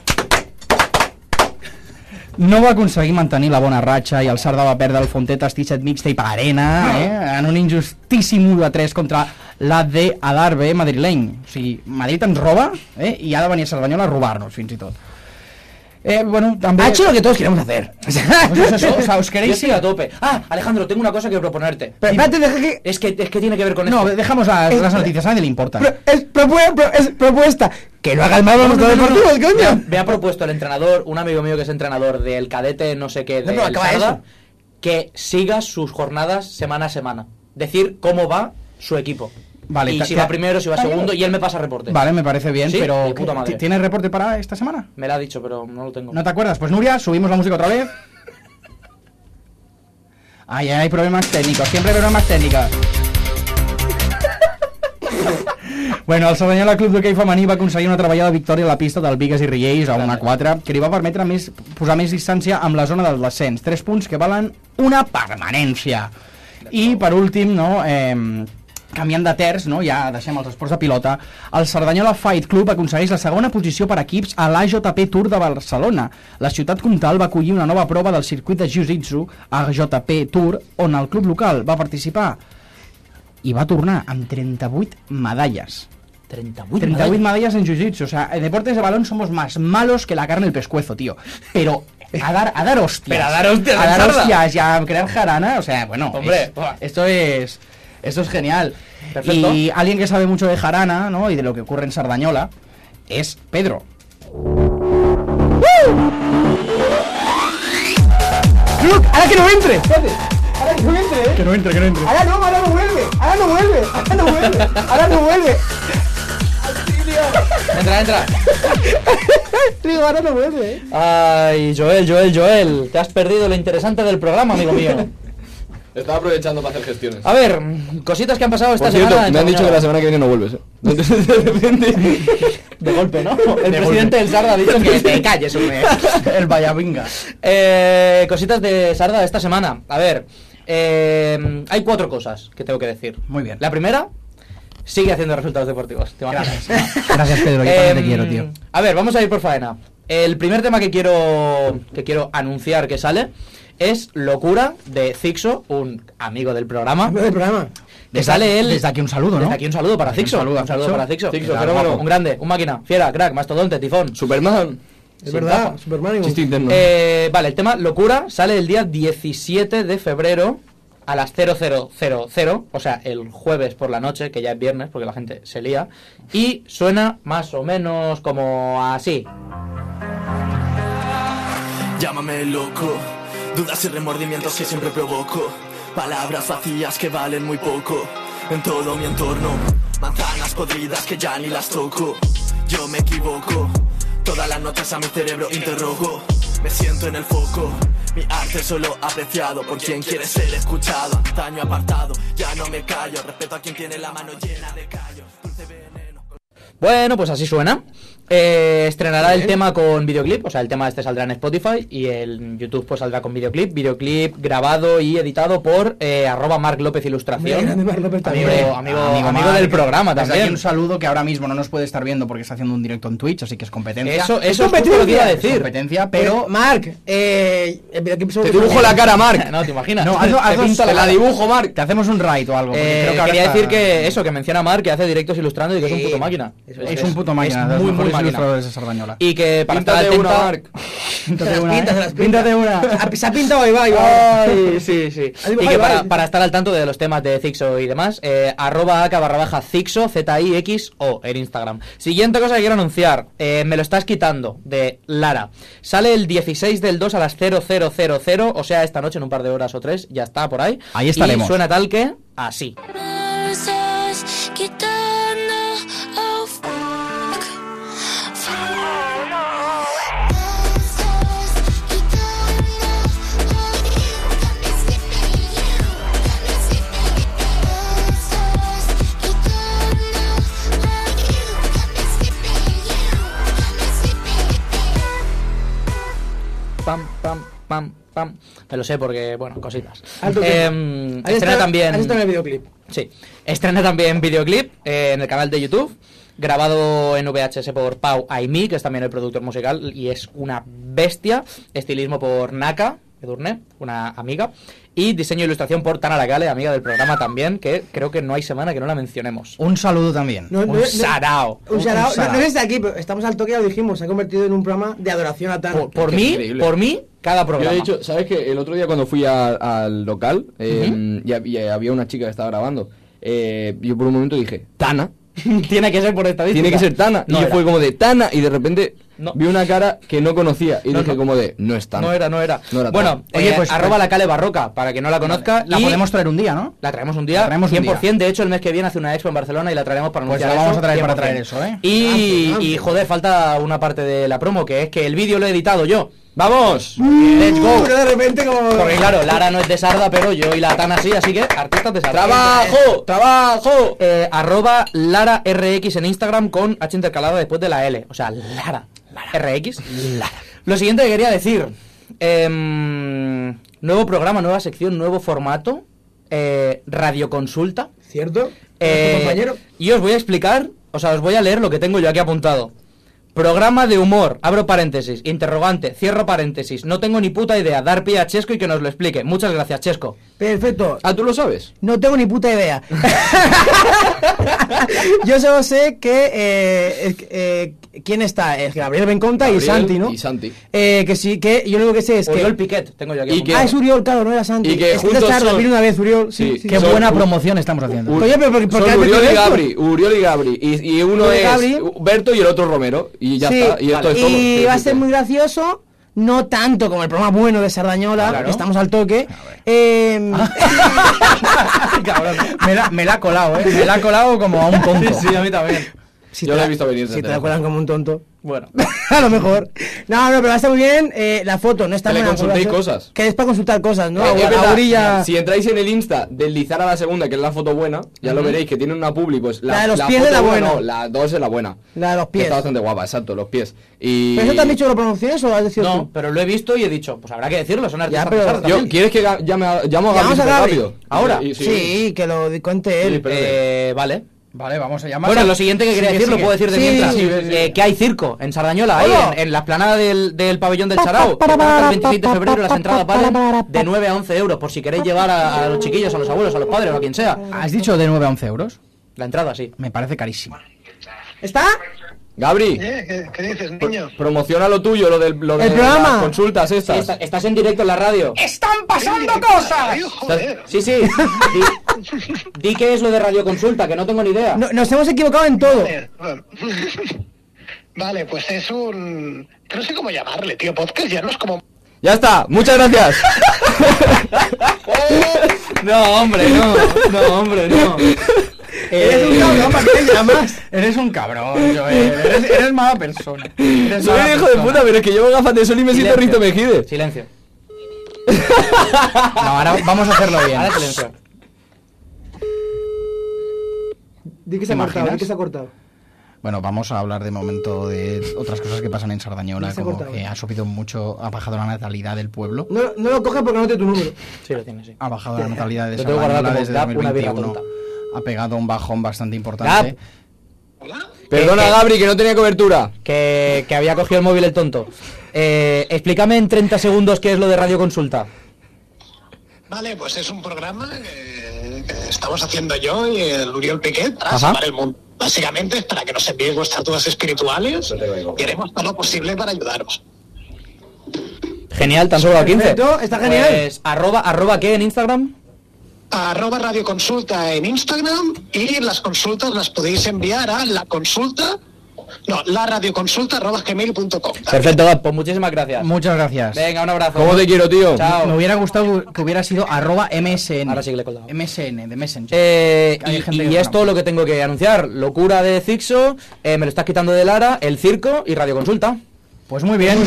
[SPEAKER 3] no va aconseguir mantenir la bona ratxa i el Sarda va perdre el Fontetes T-set Mixtape a Arena, eh? En un injustíssim 1 de 3 contra la de Adarve madrileny. O sigui, Madrid ens roba, eh? I ha de venir a Cerdanyola a robar-nos, fins i tot. Eh, bueno, també...
[SPEAKER 5] Ha hecho lo que todos queremos
[SPEAKER 3] [laughs]
[SPEAKER 5] hacer. O sea,
[SPEAKER 3] Pues es eso, o sea, os
[SPEAKER 4] Yo
[SPEAKER 3] queréis
[SPEAKER 4] estoy
[SPEAKER 3] ir
[SPEAKER 4] a tope. Ah, Alejandro, tengo una cosa que proponerte.
[SPEAKER 5] pero espérate, deja que.
[SPEAKER 4] Es que, es que tiene que ver con
[SPEAKER 3] No,
[SPEAKER 4] esto.
[SPEAKER 3] dejamos las, las noticias, a nadie le importa.
[SPEAKER 5] pro- es, propu- pro- es propuesta. Que no haga el mal los deportivos,
[SPEAKER 4] Me ha,
[SPEAKER 5] coño.
[SPEAKER 4] me ha propuesto el entrenador, un amigo mío que es entrenador del cadete no sé qué
[SPEAKER 5] No,
[SPEAKER 4] de
[SPEAKER 5] pero acaba eso.
[SPEAKER 4] que siga sus jornadas semana a semana. Decir cómo va su equipo.
[SPEAKER 3] Vale,
[SPEAKER 4] y
[SPEAKER 3] te-
[SPEAKER 4] si
[SPEAKER 3] te-
[SPEAKER 4] va primero, si va segundo, y él me pasa reporte.
[SPEAKER 3] Vale, me parece bien,
[SPEAKER 4] Sí,
[SPEAKER 3] pero
[SPEAKER 4] de puta madre.
[SPEAKER 3] ¿ti- ¿tienes reporte para esta semana?
[SPEAKER 4] Me lo ha dicho, pero no lo tengo.
[SPEAKER 3] ¿No te acuerdas? Pues Nuria, subimos la música otra vez. Ay, ay, hay problemas técnicos, siempre hay problemas técnicos. Bueno, el Cerdanyola Club d'Hockey Femení va aconseguir una treballada victòria a la pista del Vigues i Riells a 1 a 4, que li va permetre més, posar més distància amb la zona del descens. 3 punts que valen una permanència. I per últim, no, eh, canviant de terç, no, ja deixem els esports de pilota, el Cerdanyola Fight Club aconsegueix la segona posició per equips a l'AJP Tour de Barcelona. La ciutat comtal va acollir una nova prova del circuit de Jiu-Jitsu a AJP Tour, on el club local va participar i va tornar amb 38 medalles.
[SPEAKER 4] 38,
[SPEAKER 3] 38 medallas en jiu-jitsu. O sea, en deportes de balón somos más malos que la carne del pescuezo, tío. Pero a dar, a dar hostias.
[SPEAKER 4] Pero a dar hostias,
[SPEAKER 3] A dar
[SPEAKER 4] Sarda.
[SPEAKER 3] hostias y a crear jarana. O sea, bueno.
[SPEAKER 4] Hombre,
[SPEAKER 3] es-
[SPEAKER 4] buah.
[SPEAKER 3] esto es. Esto es genial.
[SPEAKER 4] Perfecto.
[SPEAKER 3] Y alguien que sabe mucho de jarana, ¿no? Y de lo que ocurre en Sardañola es Pedro.
[SPEAKER 4] ¡Uh!
[SPEAKER 5] Look, ahora que no entre.
[SPEAKER 4] [laughs]
[SPEAKER 5] Ahora que no
[SPEAKER 3] Que
[SPEAKER 5] entre, eh.
[SPEAKER 3] no entre, que no entre.
[SPEAKER 5] Ahora no, ahora no vuelve. Ahora no vuelve. Ahora no vuelve. Ahora no vuelve.
[SPEAKER 4] ¿eh? Entra, entra.
[SPEAKER 5] Digo, ahora no vuelve, eh.
[SPEAKER 4] Ay, Joel, Joel, Joel. Te has perdido lo interesante del programa, amigo mío.
[SPEAKER 2] Estaba aprovechando para hacer gestiones.
[SPEAKER 4] A ver, cositas que han pasado esta
[SPEAKER 2] Por cierto,
[SPEAKER 4] semana. en
[SPEAKER 2] me han dicho que
[SPEAKER 4] Cerdanyola.
[SPEAKER 2] la semana que viene no vuelves, ¿eh? [laughs] Entonces, de repente...
[SPEAKER 4] De golpe, ¿no? El presidente del Sarda ha dicho que te calles, hombre.
[SPEAKER 3] [laughs] El Vallavinga.
[SPEAKER 4] Eh, cositas de Sarda de esta semana. A ver, Eh, hay cuatro cosas que tengo que decir.
[SPEAKER 3] Muy bien.
[SPEAKER 4] La primera, sigue haciendo resultados deportivos. ¿te imaginas?
[SPEAKER 3] Gracias. Gracias, [laughs] Pedro, yo también te
[SPEAKER 4] Em,
[SPEAKER 3] quiero, tío.
[SPEAKER 4] A ver, vamos a ir por faena. El primer tema que quiero, que quiero anunciar que sale es Locura de Zixo, un amigo del
[SPEAKER 3] [laughs]
[SPEAKER 4] programa.
[SPEAKER 5] Amigo del programa.
[SPEAKER 4] Que sale él.
[SPEAKER 3] Desde aquí un saludo, ¿no?
[SPEAKER 4] Desde aquí un saludo para
[SPEAKER 3] Desde aquí
[SPEAKER 4] Zixo.
[SPEAKER 3] un saludo a
[SPEAKER 4] Un saludo
[SPEAKER 3] Zixo.
[SPEAKER 4] para Zixo.
[SPEAKER 2] Zixo,
[SPEAKER 4] Que tal,
[SPEAKER 2] fenómeno.
[SPEAKER 4] guapo, Un grande, un máquina, fiera, crack, mastodonte, tifón.
[SPEAKER 2] Superman.
[SPEAKER 5] Es
[SPEAKER 4] Sin
[SPEAKER 5] verdad,
[SPEAKER 4] gafas.
[SPEAKER 5] Superman.
[SPEAKER 2] Chiste
[SPEAKER 5] igual.
[SPEAKER 2] interno.
[SPEAKER 4] Eh, vale, el tema Locura sale el día 17 de febrero a las 0000, o sea, el jueves por la noche, que ya es viernes porque la gente se lía, y suena más o menos como así.
[SPEAKER 8] Llámame loco, dudas y remordimientos que siempre provoco, palabras vacías que valen muy poco en todo mi entorno, manzanas podridas que ya ni las toco, yo me equivoco, todas las noches a mi cerebro interrogo, me siento en el foco. Mi arte solo apreciado por quien quiere ser escuchado, antaño apartado, ya no me callo, respeto a quien tiene la mano llena de callos, dulce veneno.
[SPEAKER 4] Bueno, pues así suena. Eh, estrenará el tema con videoclip, o sea, el tema este saldrá en Spotify y en YouTube pues saldrá con videoclip, videoclip grabado y editado por eh, arroba Marc López Ilustración.
[SPEAKER 5] Muy grande, Marc López
[SPEAKER 4] amigo,
[SPEAKER 5] también.
[SPEAKER 4] amigo, amigo del programa
[SPEAKER 3] Desde
[SPEAKER 4] también.
[SPEAKER 3] aquí un saludo que ahora mismo no nos puede estar viendo porque está haciendo un directo en Twitch, así que es competencia.
[SPEAKER 4] Eso, eso es justo lo que iba a
[SPEAKER 3] Es
[SPEAKER 4] decir.
[SPEAKER 3] competencia, pero...
[SPEAKER 5] Eh, Marc, eh, el videoclip sobre-
[SPEAKER 2] Te dibujo la cara, Mark.
[SPEAKER 4] [laughs] No, te imaginas.
[SPEAKER 3] No, hazlo- hazlo-
[SPEAKER 4] pinta
[SPEAKER 3] te la
[SPEAKER 4] dibujo, Mark.
[SPEAKER 3] Te hacemos un raid o algo. porque creo que ahora
[SPEAKER 4] Pues, eh, quería
[SPEAKER 3] está-
[SPEAKER 4] decir que eso, que menciona a Mark, que hace directos ilustrando y que es un
[SPEAKER 5] Sí,
[SPEAKER 4] puto máquina.
[SPEAKER 5] es
[SPEAKER 3] Es un puto máquina.
[SPEAKER 4] Es
[SPEAKER 3] de los
[SPEAKER 4] muy, muy
[SPEAKER 3] mejores
[SPEAKER 4] máquina.
[SPEAKER 3] ilustradores de Sardañola.
[SPEAKER 4] Y que para
[SPEAKER 2] Píntate
[SPEAKER 4] estar
[SPEAKER 2] una,
[SPEAKER 4] atenta...
[SPEAKER 2] Mark.
[SPEAKER 5] Se
[SPEAKER 3] Píntate
[SPEAKER 5] las
[SPEAKER 3] una,
[SPEAKER 5] pinta,
[SPEAKER 3] ¿eh?
[SPEAKER 5] se las pinta.
[SPEAKER 3] Píntate una.
[SPEAKER 5] Ah, Se ha pintado, ahí va, ahí va.
[SPEAKER 4] Ay,
[SPEAKER 5] [laughs]
[SPEAKER 4] sí, sí.
[SPEAKER 5] Ahí va,
[SPEAKER 4] Y
[SPEAKER 5] ahí
[SPEAKER 4] que
[SPEAKER 5] va.
[SPEAKER 4] para, para estar al tanto de los temas de Zixo y demás, eh, arroba aca barra baja Zixo, Z-I-X-O en Instagram. Siguiente cosa que quiero anunciar, eh, me lo estás quitando, de Lara. Sale el 16 del 2 a las 0000, o sea, esta noche en un par de horas o tres, ya está por ahí.
[SPEAKER 3] Ahí estaremos.
[SPEAKER 4] Y suena tal que así.
[SPEAKER 9] Me estás quitando, oh, fuck, fuck. Me estás quitando, oh, you got me sleeping, you got me sleeping. Me estás quitando, oh, you got me sleeping, you got me sleeping.
[SPEAKER 4] pam, pam, pam, pam. Me lo sé porque, bueno, cositas.
[SPEAKER 5] Alto
[SPEAKER 4] Eh,
[SPEAKER 5] Ahí
[SPEAKER 4] estrena
[SPEAKER 5] está-
[SPEAKER 4] también.
[SPEAKER 5] Ahí está en el videoclip.
[SPEAKER 4] Sí. Estrena también videoclip eh, en el canal de YouTube. Grabado en VHS por Pau Aimi, que es también el productor musical y es una bestia. Estilismo por Naka Edurne, una amiga. Y diseño e ilustración por Tana Lagale, amiga del programa también, que creo que no hay semana que no la mencionemos.
[SPEAKER 3] Un saludo también.
[SPEAKER 5] No, no,
[SPEAKER 4] Un
[SPEAKER 5] no-
[SPEAKER 4] sarao.
[SPEAKER 5] Un
[SPEAKER 3] Un
[SPEAKER 5] sarao. No,
[SPEAKER 3] sarao.
[SPEAKER 5] no es de aquí, pero estamos al toque, ya lo dijimos. Se ha convertido en un programa de adoración a Tano.
[SPEAKER 4] Por, por
[SPEAKER 2] Qué
[SPEAKER 4] mí,
[SPEAKER 2] increíble.
[SPEAKER 4] por mí, cada
[SPEAKER 2] Yo
[SPEAKER 4] programa.
[SPEAKER 2] he dicho, ¿sabes qué? El otro día cuando fui a- al local eh, y hab- y había una chica que estaba grabando, eh, yo por un momento dije, Tana.
[SPEAKER 4] [laughs] Tiene que ser por estadística.
[SPEAKER 2] Tiene que ser Tana.
[SPEAKER 4] No
[SPEAKER 2] y yo
[SPEAKER 4] era.
[SPEAKER 2] fue como de Tana y de repente
[SPEAKER 4] No.
[SPEAKER 2] vi una cara que no conocía y
[SPEAKER 4] No,
[SPEAKER 2] dije
[SPEAKER 4] no.
[SPEAKER 2] como de, no es Tana.
[SPEAKER 4] No era, no era.
[SPEAKER 2] No era
[SPEAKER 4] bueno,
[SPEAKER 2] tan.
[SPEAKER 4] oye,
[SPEAKER 3] Oye,
[SPEAKER 4] pues
[SPEAKER 3] pues-
[SPEAKER 4] arroba la Cale Barroca, para que no la conozca.
[SPEAKER 3] La
[SPEAKER 4] y
[SPEAKER 3] podemos traer un día, ¿no?
[SPEAKER 4] La traemos un día,
[SPEAKER 3] La traemos un
[SPEAKER 4] 100%. De hecho, el mes que viene hace una expo en Barcelona y la traeremos para
[SPEAKER 3] Pues
[SPEAKER 4] anunciar
[SPEAKER 3] la vamos
[SPEAKER 4] eso,
[SPEAKER 3] a traer para
[SPEAKER 4] 100%.
[SPEAKER 3] traer eso, ¿eh?
[SPEAKER 4] Y, y, joder, falta una parte de la promo, que es que el vídeo lo he editado yo. ¡Vamos! ¡Let's go!
[SPEAKER 5] Pero de repente, como.
[SPEAKER 4] Porque claro, Lara no es de Sarda, pero yo y la Tana sí, así que artistas de Sarda.
[SPEAKER 2] ¡Trabajo! ¡Trabajo!
[SPEAKER 4] Eh, arroba Lara RX en Instagram con H intercalada después de la L. O sea, Lara. RX. Lo siguiente que quería decir. em, nuevo programa, nueva sección, nuevo formato. Eh, radioconsulta.
[SPEAKER 5] ¿Cierto?
[SPEAKER 4] Eh,
[SPEAKER 5] Nuestro compañero.
[SPEAKER 4] Y os voy a explicar, o sea, os voy a leer lo que tengo yo aquí apuntado. Programa de humor, abro paréntesis, interrogante, cierro paréntesis. No tengo ni puta idea. Dar pie a Chesco y que nos lo explique. Muchas gracias, Chesco.
[SPEAKER 5] Perfecto.
[SPEAKER 2] Ah, ¿tú lo sabes?
[SPEAKER 5] No tengo ni puta idea. [laughs] Yo solo sé que. eh, es que, eh, ¿Quién está? Es Gabriel Benconta Ah, y
[SPEAKER 2] Gabriel
[SPEAKER 5] Santi, ¿no?
[SPEAKER 2] y Santi.
[SPEAKER 4] Ah,
[SPEAKER 5] Eh, que sí, que yo lo único que sé es que.
[SPEAKER 4] Oriol Piquet, tengo yo aquí.
[SPEAKER 2] Y que-
[SPEAKER 4] apuntado.
[SPEAKER 5] Ah, es Uriol, claro, no era Santi.
[SPEAKER 2] Y que
[SPEAKER 5] es de
[SPEAKER 2] juntos
[SPEAKER 5] Sarda,
[SPEAKER 2] son-
[SPEAKER 5] vino una vez Uriol.
[SPEAKER 2] Sí,
[SPEAKER 3] Qué
[SPEAKER 2] Son-
[SPEAKER 3] buena promoción estamos haciendo.
[SPEAKER 2] Ur-
[SPEAKER 5] Oye, pero ¿por- por qué
[SPEAKER 2] son
[SPEAKER 5] has metido
[SPEAKER 2] Uriol y
[SPEAKER 5] esto?
[SPEAKER 2] Gabri, Uriol y Gabri. Y, y uno
[SPEAKER 5] Uriol y
[SPEAKER 2] es
[SPEAKER 5] Gabri.
[SPEAKER 2] Berto y el otro Romero. Y ya
[SPEAKER 5] Sí,
[SPEAKER 2] está. Y esto
[SPEAKER 5] vale.
[SPEAKER 2] es todo.
[SPEAKER 5] Y
[SPEAKER 2] Quiero
[SPEAKER 5] va a ser
[SPEAKER 2] decirte.
[SPEAKER 5] muy gracioso. No tanto como el programa bueno de Sardañola,
[SPEAKER 4] Claro.
[SPEAKER 5] que estamos al toque.
[SPEAKER 2] Ah,
[SPEAKER 5] Eh,
[SPEAKER 3] Me la, me la ha colado, ¿eh? Me la ha colado como a un tonto.
[SPEAKER 4] Sí, sí, a mí también.
[SPEAKER 5] si
[SPEAKER 2] Yo
[SPEAKER 5] te
[SPEAKER 2] lo
[SPEAKER 5] la-
[SPEAKER 2] he visto venir.
[SPEAKER 5] Si
[SPEAKER 2] desde
[SPEAKER 5] te
[SPEAKER 2] lejos.
[SPEAKER 5] acuerdan como un tonto.
[SPEAKER 4] Bueno.
[SPEAKER 5] [laughs] a lo mejor. No, no, pero está muy bien. eh, la foto no está
[SPEAKER 2] Que le
[SPEAKER 5] mal.
[SPEAKER 2] consultéis cosas.
[SPEAKER 5] Que es para consultar cosas, ¿no?
[SPEAKER 2] Eh,
[SPEAKER 5] A-
[SPEAKER 2] es
[SPEAKER 5] a
[SPEAKER 2] verdad,
[SPEAKER 5] orilla-
[SPEAKER 2] Si entráis en el Insta, deslizar a la segunda, que es la foto buena, ya lo
[SPEAKER 4] Ujú.
[SPEAKER 2] veréis, que tiene una publi, pues
[SPEAKER 5] La de los pies
[SPEAKER 2] foto
[SPEAKER 5] es la
[SPEAKER 2] uno
[SPEAKER 5] buena.
[SPEAKER 2] No, la dos es la buena.
[SPEAKER 5] La de los pies.
[SPEAKER 2] Está bastante guapa, exacto, los pies. Y...
[SPEAKER 5] ¿Pero eso te han dicho que lo pronuncias o has decidido
[SPEAKER 4] No,
[SPEAKER 5] tú?
[SPEAKER 4] pero lo he visto y he dicho, pues habrá que decirlo, son artistas
[SPEAKER 5] pero-
[SPEAKER 4] pesados
[SPEAKER 2] Yo-
[SPEAKER 4] también.
[SPEAKER 2] ¿Quieres que ga- llame a, llamo a Gaby
[SPEAKER 5] Llamamos a
[SPEAKER 2] súper
[SPEAKER 5] Gabri.
[SPEAKER 2] rápido?
[SPEAKER 4] Ahora.
[SPEAKER 2] Y- y-
[SPEAKER 5] Sí, que lo que
[SPEAKER 2] Sí,
[SPEAKER 5] él.
[SPEAKER 2] espérate.
[SPEAKER 4] Eh, vale.
[SPEAKER 3] Vale, vamos a llamar.
[SPEAKER 4] Bueno, lo siguiente que quería
[SPEAKER 3] Sigue,
[SPEAKER 4] decir lo
[SPEAKER 3] sigue.
[SPEAKER 4] puedo decir de
[SPEAKER 5] Sí,
[SPEAKER 4] mientras.
[SPEAKER 5] sí,
[SPEAKER 4] Eh, que hay circo en Sardañola, ahí, en, en la esplanada del, del pabellón del Charao. El 27 de febrero las entradas valen de 9 a 11 euros, por si queréis llevar a, a los chiquillos, a los abuelos, a los padres o a quien sea.
[SPEAKER 3] ¿Has dicho de 9 a 11 euros?
[SPEAKER 4] La entrada, sí.
[SPEAKER 3] Me parece carísimo.
[SPEAKER 5] ¿Está?
[SPEAKER 2] Gabri,
[SPEAKER 10] Eh, ¿Qué, qué dices, niño?
[SPEAKER 2] promociona lo tuyo, lo, del, lo de
[SPEAKER 5] El programa.
[SPEAKER 2] las consultas estas.
[SPEAKER 4] Esta- estás en directo en la radio.
[SPEAKER 3] ¡Están
[SPEAKER 10] Ay, ay,
[SPEAKER 2] Estás-
[SPEAKER 10] joder.
[SPEAKER 4] Sí, sí. Di, di qué es lo de radioconsulta, que no tengo ni idea.
[SPEAKER 5] No- nos hemos equivocado en todo.
[SPEAKER 10] Joder, bueno. [laughs] Vale, pues es un... No sé cómo llamarle, tío. Podcast ya no es como...
[SPEAKER 2] Ya está, muchas
[SPEAKER 5] [laughs]
[SPEAKER 2] gracias.
[SPEAKER 4] No, hombre, no. No, hombre, no.
[SPEAKER 3] [laughs]
[SPEAKER 4] Eh,
[SPEAKER 3] Eres un cabrón, ¿para qué llamas? Eres un cabrón, Joel. Eres, eres mala persona. Eres
[SPEAKER 2] Soy
[SPEAKER 3] mala
[SPEAKER 2] un hijo de
[SPEAKER 3] persona.
[SPEAKER 2] puta, pero es que llevo gafas de sol y me siento Risto Mejide.
[SPEAKER 4] Silencio.
[SPEAKER 3] No, ahora vamos a hacerlo bien.
[SPEAKER 4] Ahora silencio.
[SPEAKER 5] Di que
[SPEAKER 3] se ha cortado, imaginas? di que se ha
[SPEAKER 5] cortado.
[SPEAKER 3] Bueno, vamos a hablar de momento de otras cosas que pasan en Sardañola,
[SPEAKER 5] Ya se ha
[SPEAKER 3] como
[SPEAKER 5] cortado.
[SPEAKER 3] que ha subido mucho, ha bajado la natalidad del pueblo.
[SPEAKER 5] No, no lo coges porque no te tu
[SPEAKER 2] [laughs]
[SPEAKER 5] número.
[SPEAKER 4] Sí, lo tienes, sí.
[SPEAKER 3] Ha bajado la natalidad de
[SPEAKER 4] Lo tengo guardado
[SPEAKER 3] Sardañola
[SPEAKER 4] como
[SPEAKER 3] desde
[SPEAKER 4] tap, una birra
[SPEAKER 3] 2021.
[SPEAKER 4] tonta.
[SPEAKER 3] Ha pegado un bajón bastante importante.
[SPEAKER 4] Tap.
[SPEAKER 2] Perdona,
[SPEAKER 4] Eh, eh.
[SPEAKER 2] Gabri, que no tenía cobertura.
[SPEAKER 4] Que, que había cogido el móvil el tonto. Eh, explícame en 30 segundos qué es lo de radioconsulta.
[SPEAKER 10] Vale, pues es un programa que, que estamos haciendo yo y el Uriel Piquet para
[SPEAKER 4] Ajá.
[SPEAKER 10] salvar el mundo. Básicamente es para que nos enviéis vuestras dudas espirituales y haremos todo lo posible para ayudaros.
[SPEAKER 4] Genial, tan solo a 15.
[SPEAKER 5] Perfecto, está genial.
[SPEAKER 4] Pues, arroba, arroba qué en Instagram.
[SPEAKER 10] Arroba Radio Consulta en Instagram y las consultas las podéis enviar a la consulta, no, la radioconsulta arroba gmail.com.
[SPEAKER 4] Perfecto, Gab, pues muchísimas gracias.
[SPEAKER 3] Muchas gracias.
[SPEAKER 4] Venga, un abrazo.
[SPEAKER 2] ¿Cómo te quiero, tío?
[SPEAKER 4] Chao.
[SPEAKER 3] Me hubiera gustado que hubiera sido arroba MSN.
[SPEAKER 4] Ahora sí que le he colgado.
[SPEAKER 3] MSN, de Messenger.
[SPEAKER 4] Eh,
[SPEAKER 3] Hay
[SPEAKER 4] y-
[SPEAKER 3] gente
[SPEAKER 4] y
[SPEAKER 3] que
[SPEAKER 4] es
[SPEAKER 3] no.
[SPEAKER 4] todo lo que tengo que anunciar. Locura de Zixo, eh, me lo estás quitando de Lara, el circo y radioconsulta.
[SPEAKER 3] Pues muy bien.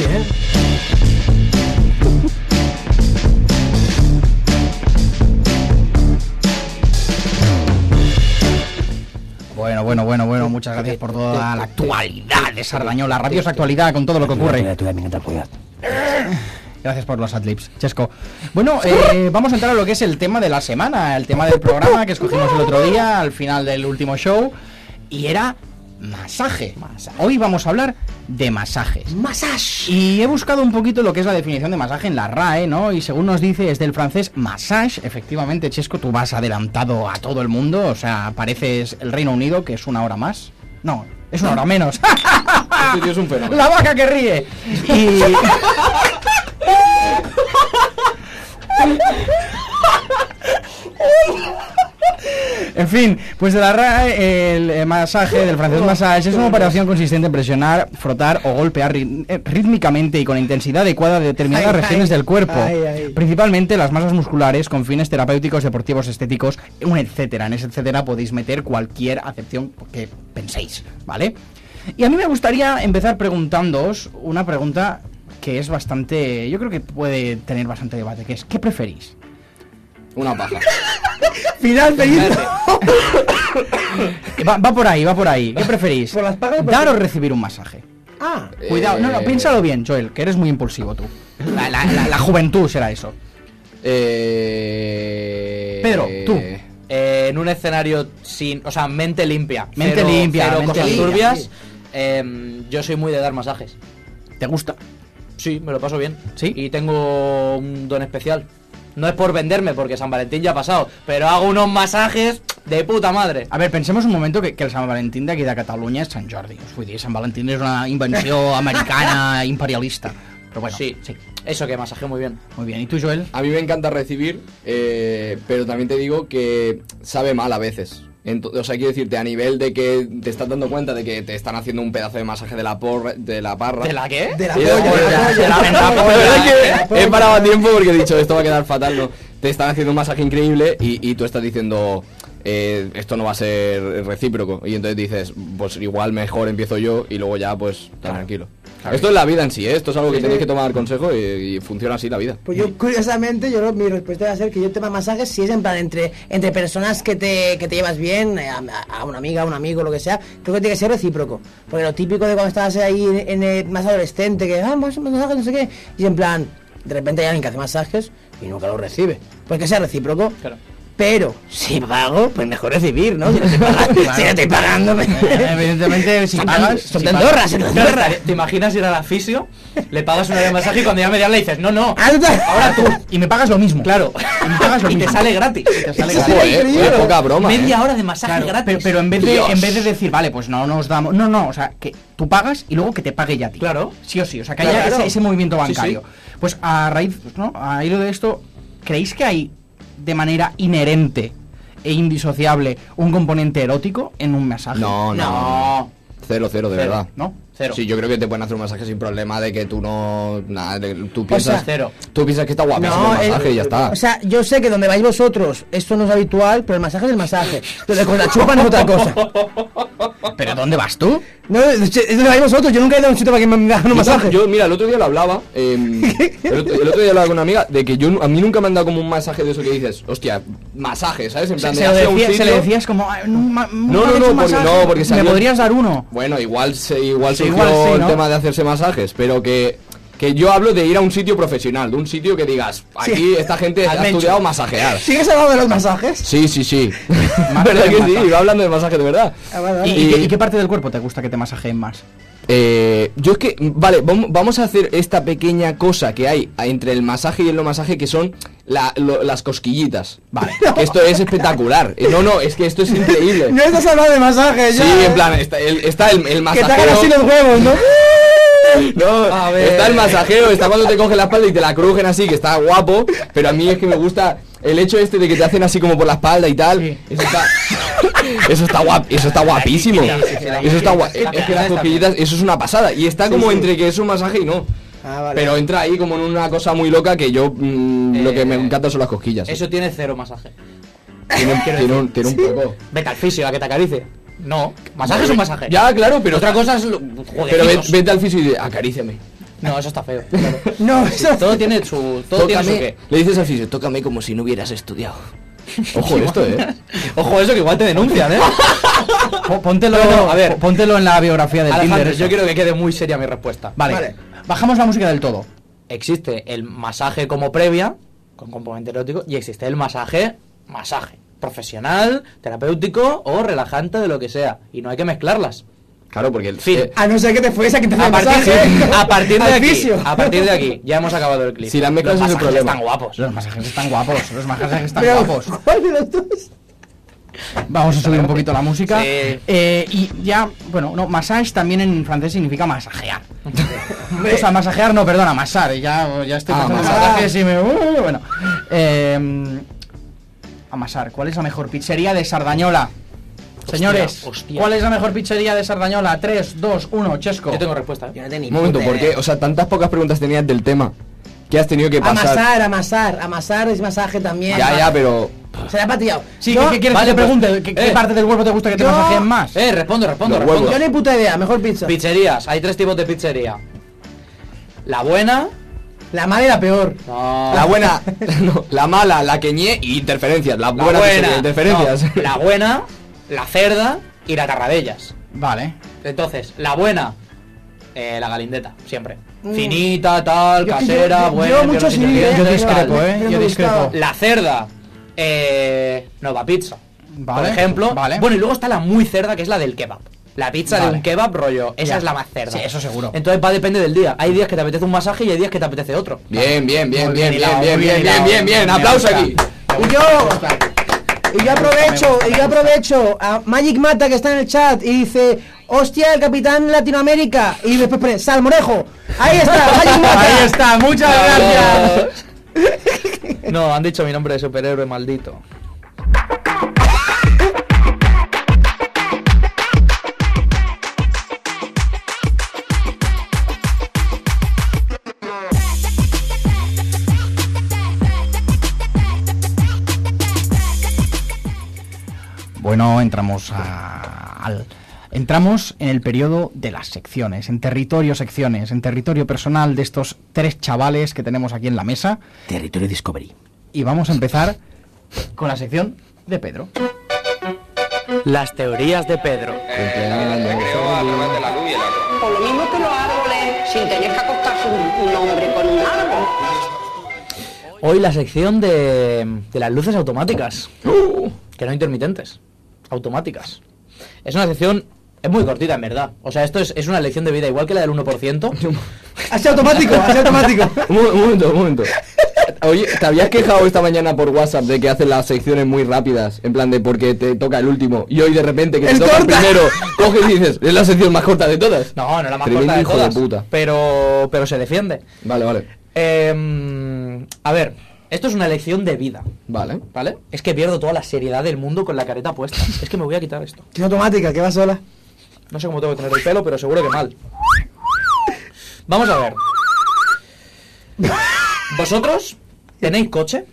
[SPEAKER 3] Bueno, bueno, bueno, bueno, muchas gracias por toda la actualidad de Sardañola, rabiosa actualidad con todo lo que ocurre. Gracias por los adlibs, Chesco. Bueno, eh, vamos a entrar a lo que es el tema de la semana, el tema del programa que escogimos el otro día, al final del último show, y era masaje. Hoy vamos a hablar de masajes.
[SPEAKER 5] Massage.
[SPEAKER 3] Y he buscado un poquito lo que es la definición de masaje en la RAE, ¿no? Y según nos dice, es del francés massage. Efectivamente, Chesco, tú vas adelantado a todo el mundo. O sea, pareces el Reino Unido, que es una hora más. No, es una hora menos.
[SPEAKER 2] Este tío es un fenómeno.
[SPEAKER 3] [laughs] ¡La vaca que ríe! Y... En fin, pues de la RAE, el eh, masaje del francés massage es una operación consistente en presionar, frotar o golpear ri- eh, rítmicamente y con intensidad adecuada de determinadas
[SPEAKER 5] Ay, ay,
[SPEAKER 3] regiones del cuerpo,
[SPEAKER 5] ay, ay.
[SPEAKER 3] principalmente las masas musculares con fines terapéuticos, deportivos, estéticos, un etcétera. En ese etcétera podéis meter cualquier acepción que penséis, ¿vale? Y a mí me gustaría empezar preguntándoos una pregunta que es bastante, yo creo que puede tener bastante debate, que es
[SPEAKER 5] [laughs]
[SPEAKER 3] ¿qué preferís?
[SPEAKER 2] Una paja.
[SPEAKER 5] Final feliz.
[SPEAKER 3] Va, va por ahí, va por ahí. ¿Qué preferís?
[SPEAKER 5] ¿Por las pagas o por
[SPEAKER 3] ¿Dar
[SPEAKER 5] qué?
[SPEAKER 3] o recibir un masaje?
[SPEAKER 5] Ah,
[SPEAKER 3] Cuidado, no, no,
[SPEAKER 2] Eh,
[SPEAKER 3] piénsalo bien, Joel, que eres muy impulsivo tú. La, la- la- la juventud será eso.
[SPEAKER 2] Eh...
[SPEAKER 3] Pedro, tú.
[SPEAKER 4] Eh, en un escenario sin. O sea, mente limpia.
[SPEAKER 3] Mente
[SPEAKER 4] Cero-
[SPEAKER 3] limpia,
[SPEAKER 4] cero
[SPEAKER 3] mente
[SPEAKER 4] cosas
[SPEAKER 3] limpia,
[SPEAKER 4] turbias.
[SPEAKER 3] sí.
[SPEAKER 4] Em, yo soy muy de dar masajes.
[SPEAKER 3] ¿Te gusta?
[SPEAKER 4] Sí, me lo paso bien.
[SPEAKER 3] Sí.
[SPEAKER 4] Y tengo un don especial. No es por venderme, porque San Valentín ya ha pasado, pero hago unos masajes de puta madre.
[SPEAKER 3] A ver, pensemos un momento que, que el Sant Valentín de aquí de Cataluña es Sant Jordi. Us vull dir, Sant Valentín es
[SPEAKER 4] [laughs]
[SPEAKER 3] una invención americana imperialista. Pero bueno,
[SPEAKER 4] sí, sí. Eso que masajeo muy bien.
[SPEAKER 3] Muy bien, ¿y tú, Joel?
[SPEAKER 2] A mí me encanta recibir, eh, pero también te digo que sabe mal a veces. Ento- o sea, quiero decirte, a nivel de que te estás dando cuenta de que te están haciendo un pedazo de masaje de la, por, de la parra.
[SPEAKER 4] ¿De la qué?
[SPEAKER 5] de la [laughs]
[SPEAKER 2] Sí, de la polla.
[SPEAKER 5] polla.
[SPEAKER 4] de la- de la
[SPEAKER 2] La
[SPEAKER 4] polla.
[SPEAKER 2] verdad es que he parado a tiempo porque he dicho, esto va a quedar fatal, ¿no? Te están haciendo un masaje increíble y, y tú estás diciendo, eh, esto no va a ser recíproco. Y entonces dices, pues igual mejor empiezo yo y luego ya, pues, tan tranquilo. Esto es la vida en sí, ¿eh? esto es algo que tenéis que tomar consejo y, y funciona así la vida.
[SPEAKER 5] Pues yo, curiosamente, yo lo- mi respuesta va a ser que yo tema masajes si es en plan entre, entre personas que te, que te llevas bien, eh, a, a una amiga, a un amigo, lo que sea, creo que tiene que ser recíproco. Porque lo típico de cuando estabas ahí en, en el- más adolescente, que, ah, más masajes, no sé qué, y en plan, de repente hay alguien que hace masajes y nunca lo recibe. Pues que sea recíproco.
[SPEAKER 4] Claro.
[SPEAKER 5] Pero, si pago, pues mejor recibir, ¿no? Si no
[SPEAKER 2] [laughs]
[SPEAKER 5] estoy pagando, si no estoy pagando, me-
[SPEAKER 3] Eh, Evidentemente, si
[SPEAKER 5] Son
[SPEAKER 3] pagas.
[SPEAKER 5] de- son
[SPEAKER 3] si
[SPEAKER 5] de
[SPEAKER 3] pagas.
[SPEAKER 5] Andorra, son de
[SPEAKER 4] Claro,
[SPEAKER 5] Andorra.
[SPEAKER 4] ¿Te imaginas ir al fisio? Le pagas una de masaje y cuando ya media hora le dices, no, no,
[SPEAKER 5] Ah, no te-
[SPEAKER 4] ahora tú.
[SPEAKER 3] Y me pagas lo mismo.
[SPEAKER 4] Claro.
[SPEAKER 3] Y me pagas
[SPEAKER 4] [laughs]
[SPEAKER 3] lo
[SPEAKER 4] Y te
[SPEAKER 3] mismo.
[SPEAKER 4] sale gratis. te sale
[SPEAKER 5] Eso sería
[SPEAKER 4] gratis.
[SPEAKER 2] Joder, eh,
[SPEAKER 5] increíble.
[SPEAKER 2] oye, poca broma. eh.
[SPEAKER 4] Media hora de masaje
[SPEAKER 3] Claro,
[SPEAKER 4] gratis.
[SPEAKER 3] pero, pero en vez de
[SPEAKER 2] Dios.
[SPEAKER 3] en vez de decir, vale, pues no nos damos. No, no, o sea, que tú pagas y luego que te pague ya a ti.
[SPEAKER 4] Claro.
[SPEAKER 3] Sí o sí, o sea, que
[SPEAKER 4] Claro,
[SPEAKER 3] haya
[SPEAKER 4] claro.
[SPEAKER 3] Ese, ese movimiento
[SPEAKER 4] Sí, sí.
[SPEAKER 3] bancario. Pues a raíz, pues, ¿no? A hilo de esto, ¿creéis que hay de manera inherente e indisociable un componente erótico en un masaje?
[SPEAKER 2] No, no,
[SPEAKER 4] No.
[SPEAKER 2] Cero, cero, de
[SPEAKER 4] Cero,
[SPEAKER 2] verdad.
[SPEAKER 3] ¿No?
[SPEAKER 4] Cero.
[SPEAKER 2] Sí, yo creo que te pueden hacer un masaje sin problema de que tú no. Nada, de- tú piensas.
[SPEAKER 5] sea,
[SPEAKER 4] cero.
[SPEAKER 2] Tú piensas que está guapísimo el
[SPEAKER 5] eh,
[SPEAKER 2] masaje y ya está.
[SPEAKER 5] O sea, yo sé que donde vais vosotros, esto no es habitual, pero el masaje es el masaje. Lo de con la chupa no es otra cosa.
[SPEAKER 3] [laughs] ¿Pero dónde vas tú?
[SPEAKER 5] No, es es donde vais vosotros, yo nunca he ido a un sitio para que me me hagan un
[SPEAKER 2] Yo,
[SPEAKER 5] masaje.
[SPEAKER 2] yo, mira, el otro día lo hablaba.
[SPEAKER 3] [laughs]
[SPEAKER 2] eh, el, otro, el otro día hablaba con una amiga de que yo nu- a mí nunca me han dado como un masaje de eso que dices, hostia, masaje, ¿sabes? En
[SPEAKER 3] Se,
[SPEAKER 2] plan,
[SPEAKER 3] se
[SPEAKER 2] de
[SPEAKER 3] lo
[SPEAKER 2] hacer un
[SPEAKER 3] decía- se le
[SPEAKER 2] sitio-
[SPEAKER 3] decías como. "Ay, No, ma-
[SPEAKER 2] No,
[SPEAKER 3] nunca
[SPEAKER 2] no, no,
[SPEAKER 3] me he hecho un
[SPEAKER 2] porque-
[SPEAKER 3] masaje.
[SPEAKER 2] no, porque
[SPEAKER 3] ¿Me
[SPEAKER 2] salió-
[SPEAKER 3] podrías dar uno?
[SPEAKER 2] Bueno, igual se igual
[SPEAKER 3] Sí,
[SPEAKER 2] surgió
[SPEAKER 3] igual sí, ¿no?
[SPEAKER 2] el tema de hacerse masajes, pero que que yo hablo de ir a un sitio profesional, de un sitio que digas, aquí esta gente ha
[SPEAKER 4] Al Menchu.
[SPEAKER 2] estudiado masajear.
[SPEAKER 5] ¿Sigues hablando de los masajes?
[SPEAKER 2] Sí, sí, sí. [laughs] ¿Verdad que sí? Iba hablando de masaje de verdad.
[SPEAKER 5] Ah, vale, vale.
[SPEAKER 3] ¿Y, y qué- y qué parte del cuerpo te gusta que te masajeen más?
[SPEAKER 2] Eh, yo es que, vale, vam- vamos a hacer esta pequeña cosa que hay entre el masaje y el no masaje, que son la- lo- las cosquillitas.
[SPEAKER 5] [laughs]
[SPEAKER 2] Vale. Que esto es espectacular. Eh, No, no, es que esto es increíble.
[SPEAKER 5] No estás hablando de masajes,
[SPEAKER 2] Sí,
[SPEAKER 5] ya. eh.
[SPEAKER 2] en plan, está el, está el, el
[SPEAKER 5] Que te
[SPEAKER 2] masajero.
[SPEAKER 5] hagan así los huevos, [laughs] ¿no?
[SPEAKER 2] [laughs] No,
[SPEAKER 4] A ver.
[SPEAKER 2] está el masajero, está cuando te coge la espalda y te la crujen así, que está guapo, pero a mí es que me gusta el hecho este de que te hacen así como por la espalda y tal. Eso está [laughs] Eso está guap, eso está guapísimo. Eso está guap, es que las cosquillitas, eso es una pasada y está como entre que es un masaje y no.
[SPEAKER 5] Ah, vale.
[SPEAKER 2] Pero entra ahí como en una cosa muy loca que yo mm, lo que me
[SPEAKER 4] Eh,
[SPEAKER 2] encanta son las cosquillas. ¿eh?
[SPEAKER 4] Eso tiene cero masaje.
[SPEAKER 2] tiene, un- tiene un, tiene un poco.
[SPEAKER 4] Vete al fisio a que te acaricie. No. Masaje es un masaje.
[SPEAKER 2] Ya, claro, pero
[SPEAKER 4] Otra cosa es. lo-
[SPEAKER 2] Pero ve-
[SPEAKER 4] jueguecitos.
[SPEAKER 2] vete al fisio y di, acaríciame.
[SPEAKER 4] No, eso está feo. claro.
[SPEAKER 5] No, eso.
[SPEAKER 4] Todo tiene [laughs] su. Todo tiene su
[SPEAKER 2] Tócame.
[SPEAKER 4] qué.
[SPEAKER 2] Le dices al fisio, tócame como si no hubieras estudiado. Ojo esto, eh.
[SPEAKER 4] [laughs] Ojo, eso que igual te denuncian,
[SPEAKER 2] [laughs]
[SPEAKER 4] ¿eh?
[SPEAKER 3] Po- Póntelo,
[SPEAKER 4] No, a ver.
[SPEAKER 3] po- póntelo en la biografía de Tinder.
[SPEAKER 4] Alejandro,
[SPEAKER 3] eso.
[SPEAKER 4] yo quiero que quede muy seria mi respuesta.
[SPEAKER 3] Vale. Bajamos la música del todo.
[SPEAKER 4] Existe el masaje como previa, con componente erótico, y existe el masaje, masaje, profesional, terapéutico o relajante de lo que sea. Y no hay que mezclarlas.
[SPEAKER 2] Claro, porque el
[SPEAKER 4] Fin.
[SPEAKER 2] eh,
[SPEAKER 5] A Ah, no ser que te fuese a que te
[SPEAKER 4] A
[SPEAKER 5] hagan
[SPEAKER 4] partir,
[SPEAKER 5] masaje.
[SPEAKER 4] a partir de
[SPEAKER 5] Al
[SPEAKER 4] aquí,
[SPEAKER 5] fisio.
[SPEAKER 4] a partir de aquí, ya hemos acabado el clip.
[SPEAKER 2] Si las mezclas
[SPEAKER 4] Los
[SPEAKER 2] es el
[SPEAKER 4] masajes
[SPEAKER 2] problema.
[SPEAKER 4] Están guapos.
[SPEAKER 3] Los masajes están guapos, los masajes están
[SPEAKER 5] Pero,
[SPEAKER 3] guapos.
[SPEAKER 5] ¿Cuál de los dos?
[SPEAKER 3] Vamos a subir un poquito la música.
[SPEAKER 4] Sí.
[SPEAKER 3] Eh, y ya, bueno, no, massage también en francés significa masajear. o sea, masajear no, perdona, masar. Ya, ya estoy
[SPEAKER 2] Ah,
[SPEAKER 3] pasando
[SPEAKER 2] masar.
[SPEAKER 3] masajes y me. uh, bueno. Eh, a masar, ¿cuál es la mejor pizzería de Sardañola? Señores,
[SPEAKER 4] hostia.
[SPEAKER 3] ¿cuál es la mejor pizzería de Sardañola? 3, 2, 1, Chesco.
[SPEAKER 4] Yo tengo respuesta. ¿eh?
[SPEAKER 5] Yo no tenía
[SPEAKER 2] Un momento, ¿por qué? O sea, tantas pocas preguntas tenías del tema que has tenido que pasar.
[SPEAKER 5] Amasar, amasar, amasar es masaje también.
[SPEAKER 2] Ya, ya, pero.
[SPEAKER 5] Se la ha patillado.
[SPEAKER 3] Sí,
[SPEAKER 5] Yo-
[SPEAKER 3] ¿qué, qué quieres
[SPEAKER 4] vale,
[SPEAKER 3] que te
[SPEAKER 4] pues,
[SPEAKER 3] pregunte? ¿Qué, qué
[SPEAKER 4] eh,
[SPEAKER 3] parte del cuerpo te gusta que te
[SPEAKER 5] yo-
[SPEAKER 3] masajeen más?
[SPEAKER 4] Eh, respondo, respondo,
[SPEAKER 2] Los
[SPEAKER 4] respondo.
[SPEAKER 2] huevos.
[SPEAKER 5] Yo ni puta idea, mejor pizza.
[SPEAKER 4] Pizzerías, hay tres tipos de pizzería. La buena.
[SPEAKER 5] La madre la peor.
[SPEAKER 4] No.
[SPEAKER 2] La buena, no, la mala, la que ñe y interferencias. La
[SPEAKER 4] La
[SPEAKER 2] buena, que sería interferencias. [laughs]
[SPEAKER 4] no, la buena, la cerda y la tarradellas.
[SPEAKER 3] Vale.
[SPEAKER 4] Entonces, la buena, eh, la galindeta, siempre. Finita, tal,
[SPEAKER 5] Mm. Yo es que
[SPEAKER 4] casera,
[SPEAKER 5] yo- yo-
[SPEAKER 4] buena.
[SPEAKER 5] yo
[SPEAKER 4] pero
[SPEAKER 5] mucho
[SPEAKER 4] sin
[SPEAKER 5] sí,
[SPEAKER 4] ingredientes,
[SPEAKER 3] Yo
[SPEAKER 5] Yo
[SPEAKER 3] discrepo,
[SPEAKER 4] tal.
[SPEAKER 5] vale,
[SPEAKER 3] ¿eh?
[SPEAKER 5] yo
[SPEAKER 3] Yo
[SPEAKER 5] me
[SPEAKER 3] discrepo.
[SPEAKER 5] gustaba.
[SPEAKER 4] La cerda, eh, Nova Pizza.
[SPEAKER 3] Vale,
[SPEAKER 4] por ejemplo.
[SPEAKER 3] vale.
[SPEAKER 4] Bueno, y luego está la muy cerda, que es la del kebab. La pizza de
[SPEAKER 3] Vale.
[SPEAKER 4] un kebab rollo. Esa
[SPEAKER 3] Ya.
[SPEAKER 4] es la más cerda.
[SPEAKER 3] Sí, eso seguro.
[SPEAKER 4] Entonces va depende del día. Hay días que te apetece un masaje y hay días que te apetece otro.
[SPEAKER 2] Bien, bien, bien,
[SPEAKER 3] Muy
[SPEAKER 2] bien, bien,
[SPEAKER 3] hilado,
[SPEAKER 2] bien,
[SPEAKER 3] muy
[SPEAKER 2] bien, bien,
[SPEAKER 3] hilado.
[SPEAKER 2] bien, bien.
[SPEAKER 3] Me
[SPEAKER 2] Aplauso
[SPEAKER 3] gusta.
[SPEAKER 2] aquí.
[SPEAKER 5] Y yo, y yo aprovecho, y yo aprovecho a Magic Mata que está en el chat y dice, hostia, el capitán Latinoamérica. Y después pone, Salmorejo. Ahí está, [laughs] Magic Mata.
[SPEAKER 3] Ahí está, muchas gracias.
[SPEAKER 4] [laughs] No, han dicho mi nombre de superhéroe maldito.
[SPEAKER 3] Bueno, entramos a- al... Entramos en el periodo de las secciones, en territorio secciones, en territorio personal de estos tres chavales que tenemos aquí en la mesa.
[SPEAKER 5] Territorio Discovery.
[SPEAKER 3] Y vamos a empezar con la sección de Pedro.
[SPEAKER 4] Las teorías de Pedro.
[SPEAKER 7] Por lo mismo que los árboles, sin tener que acostarse un, un hombre con un árbol.
[SPEAKER 4] Hoy la sección de, de las luces automáticas.
[SPEAKER 3] ¡Uh!
[SPEAKER 4] Que no intermitentes. Automáticas. Es una sección... Es muy cortita, en verdad. O sea, esto es, es una lección de vida igual que la del
[SPEAKER 3] [laughs]
[SPEAKER 4] 1%.
[SPEAKER 5] Así automático, así [laughs] automático.
[SPEAKER 2] Un, mo- un momento, un momento. Oye, ¿te habías quejado esta mañana por WhatsApp de que hacen las secciones muy rápidas? En plan de porque te toca el último y hoy de repente que te
[SPEAKER 5] ¡El
[SPEAKER 2] toca el
[SPEAKER 5] corta!
[SPEAKER 2] primero, coges y dices, es la sección más corta de todas.
[SPEAKER 4] No, no la más
[SPEAKER 2] Tremendo
[SPEAKER 4] corta de
[SPEAKER 2] hijo
[SPEAKER 4] todas.
[SPEAKER 2] de puta.
[SPEAKER 4] Pero, pero se defiende.
[SPEAKER 2] Vale, vale.
[SPEAKER 4] Em, a ver, esto es una lección de vida.
[SPEAKER 2] Vale.
[SPEAKER 4] ¿Vale? Es que pierdo toda la seriedad del mundo con la careta puesta. Es que me voy a quitar esto.
[SPEAKER 5] Que es automática, que va sola.
[SPEAKER 4] No sé cómo tengo que tener el pelo, pero seguro que mal. Vamos a ver. ¿Vosotros tenéis coche?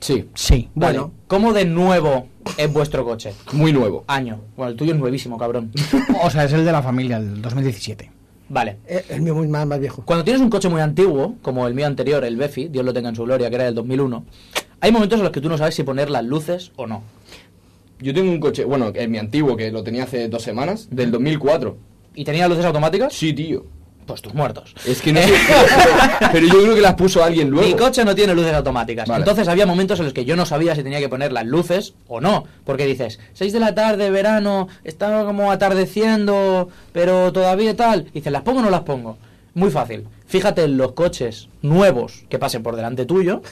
[SPEAKER 2] Sí,
[SPEAKER 3] Sí.
[SPEAKER 4] Vale.
[SPEAKER 5] Bueno.
[SPEAKER 4] ¿Cómo de nuevo es vuestro coche?
[SPEAKER 2] muy nuevo.
[SPEAKER 4] Año. Bueno, el tuyo es nuevísimo, cabrón.
[SPEAKER 3] [laughs] O sea, es el de la familia, el 2017.
[SPEAKER 4] Vale.
[SPEAKER 5] Eh, El mío muy más, más viejo.
[SPEAKER 4] Cuando tienes un coche muy antiguo, como el mío anterior, el Befi, Dios lo tenga en su gloria, que era del 2001, hay momentos en los que tú no sabes si poner las luces o no.
[SPEAKER 2] Yo tengo un coche, bueno, que es mi antiguo, que lo tenía hace dos semanas, del 2004.
[SPEAKER 4] ¿Y tenía luces automáticas?
[SPEAKER 2] Sí, tío.
[SPEAKER 4] Pues tus muertos.
[SPEAKER 2] Es que no
[SPEAKER 4] [laughs]
[SPEAKER 2] sé. Pero yo creo que las puso alguien luego.
[SPEAKER 4] Mi coche no tiene luces automáticas.
[SPEAKER 2] Vale.
[SPEAKER 4] Entonces había momentos en los que yo no sabía si tenía que poner las luces o no. Porque dices, 6 de la tarde, verano, está como atardeciendo, pero todavía tal. Y dices, ¿las pongo o no las pongo? Muy fácil. Fíjate en los coches nuevos que pasen por delante
[SPEAKER 2] [laughs]
[SPEAKER 4] tuyo.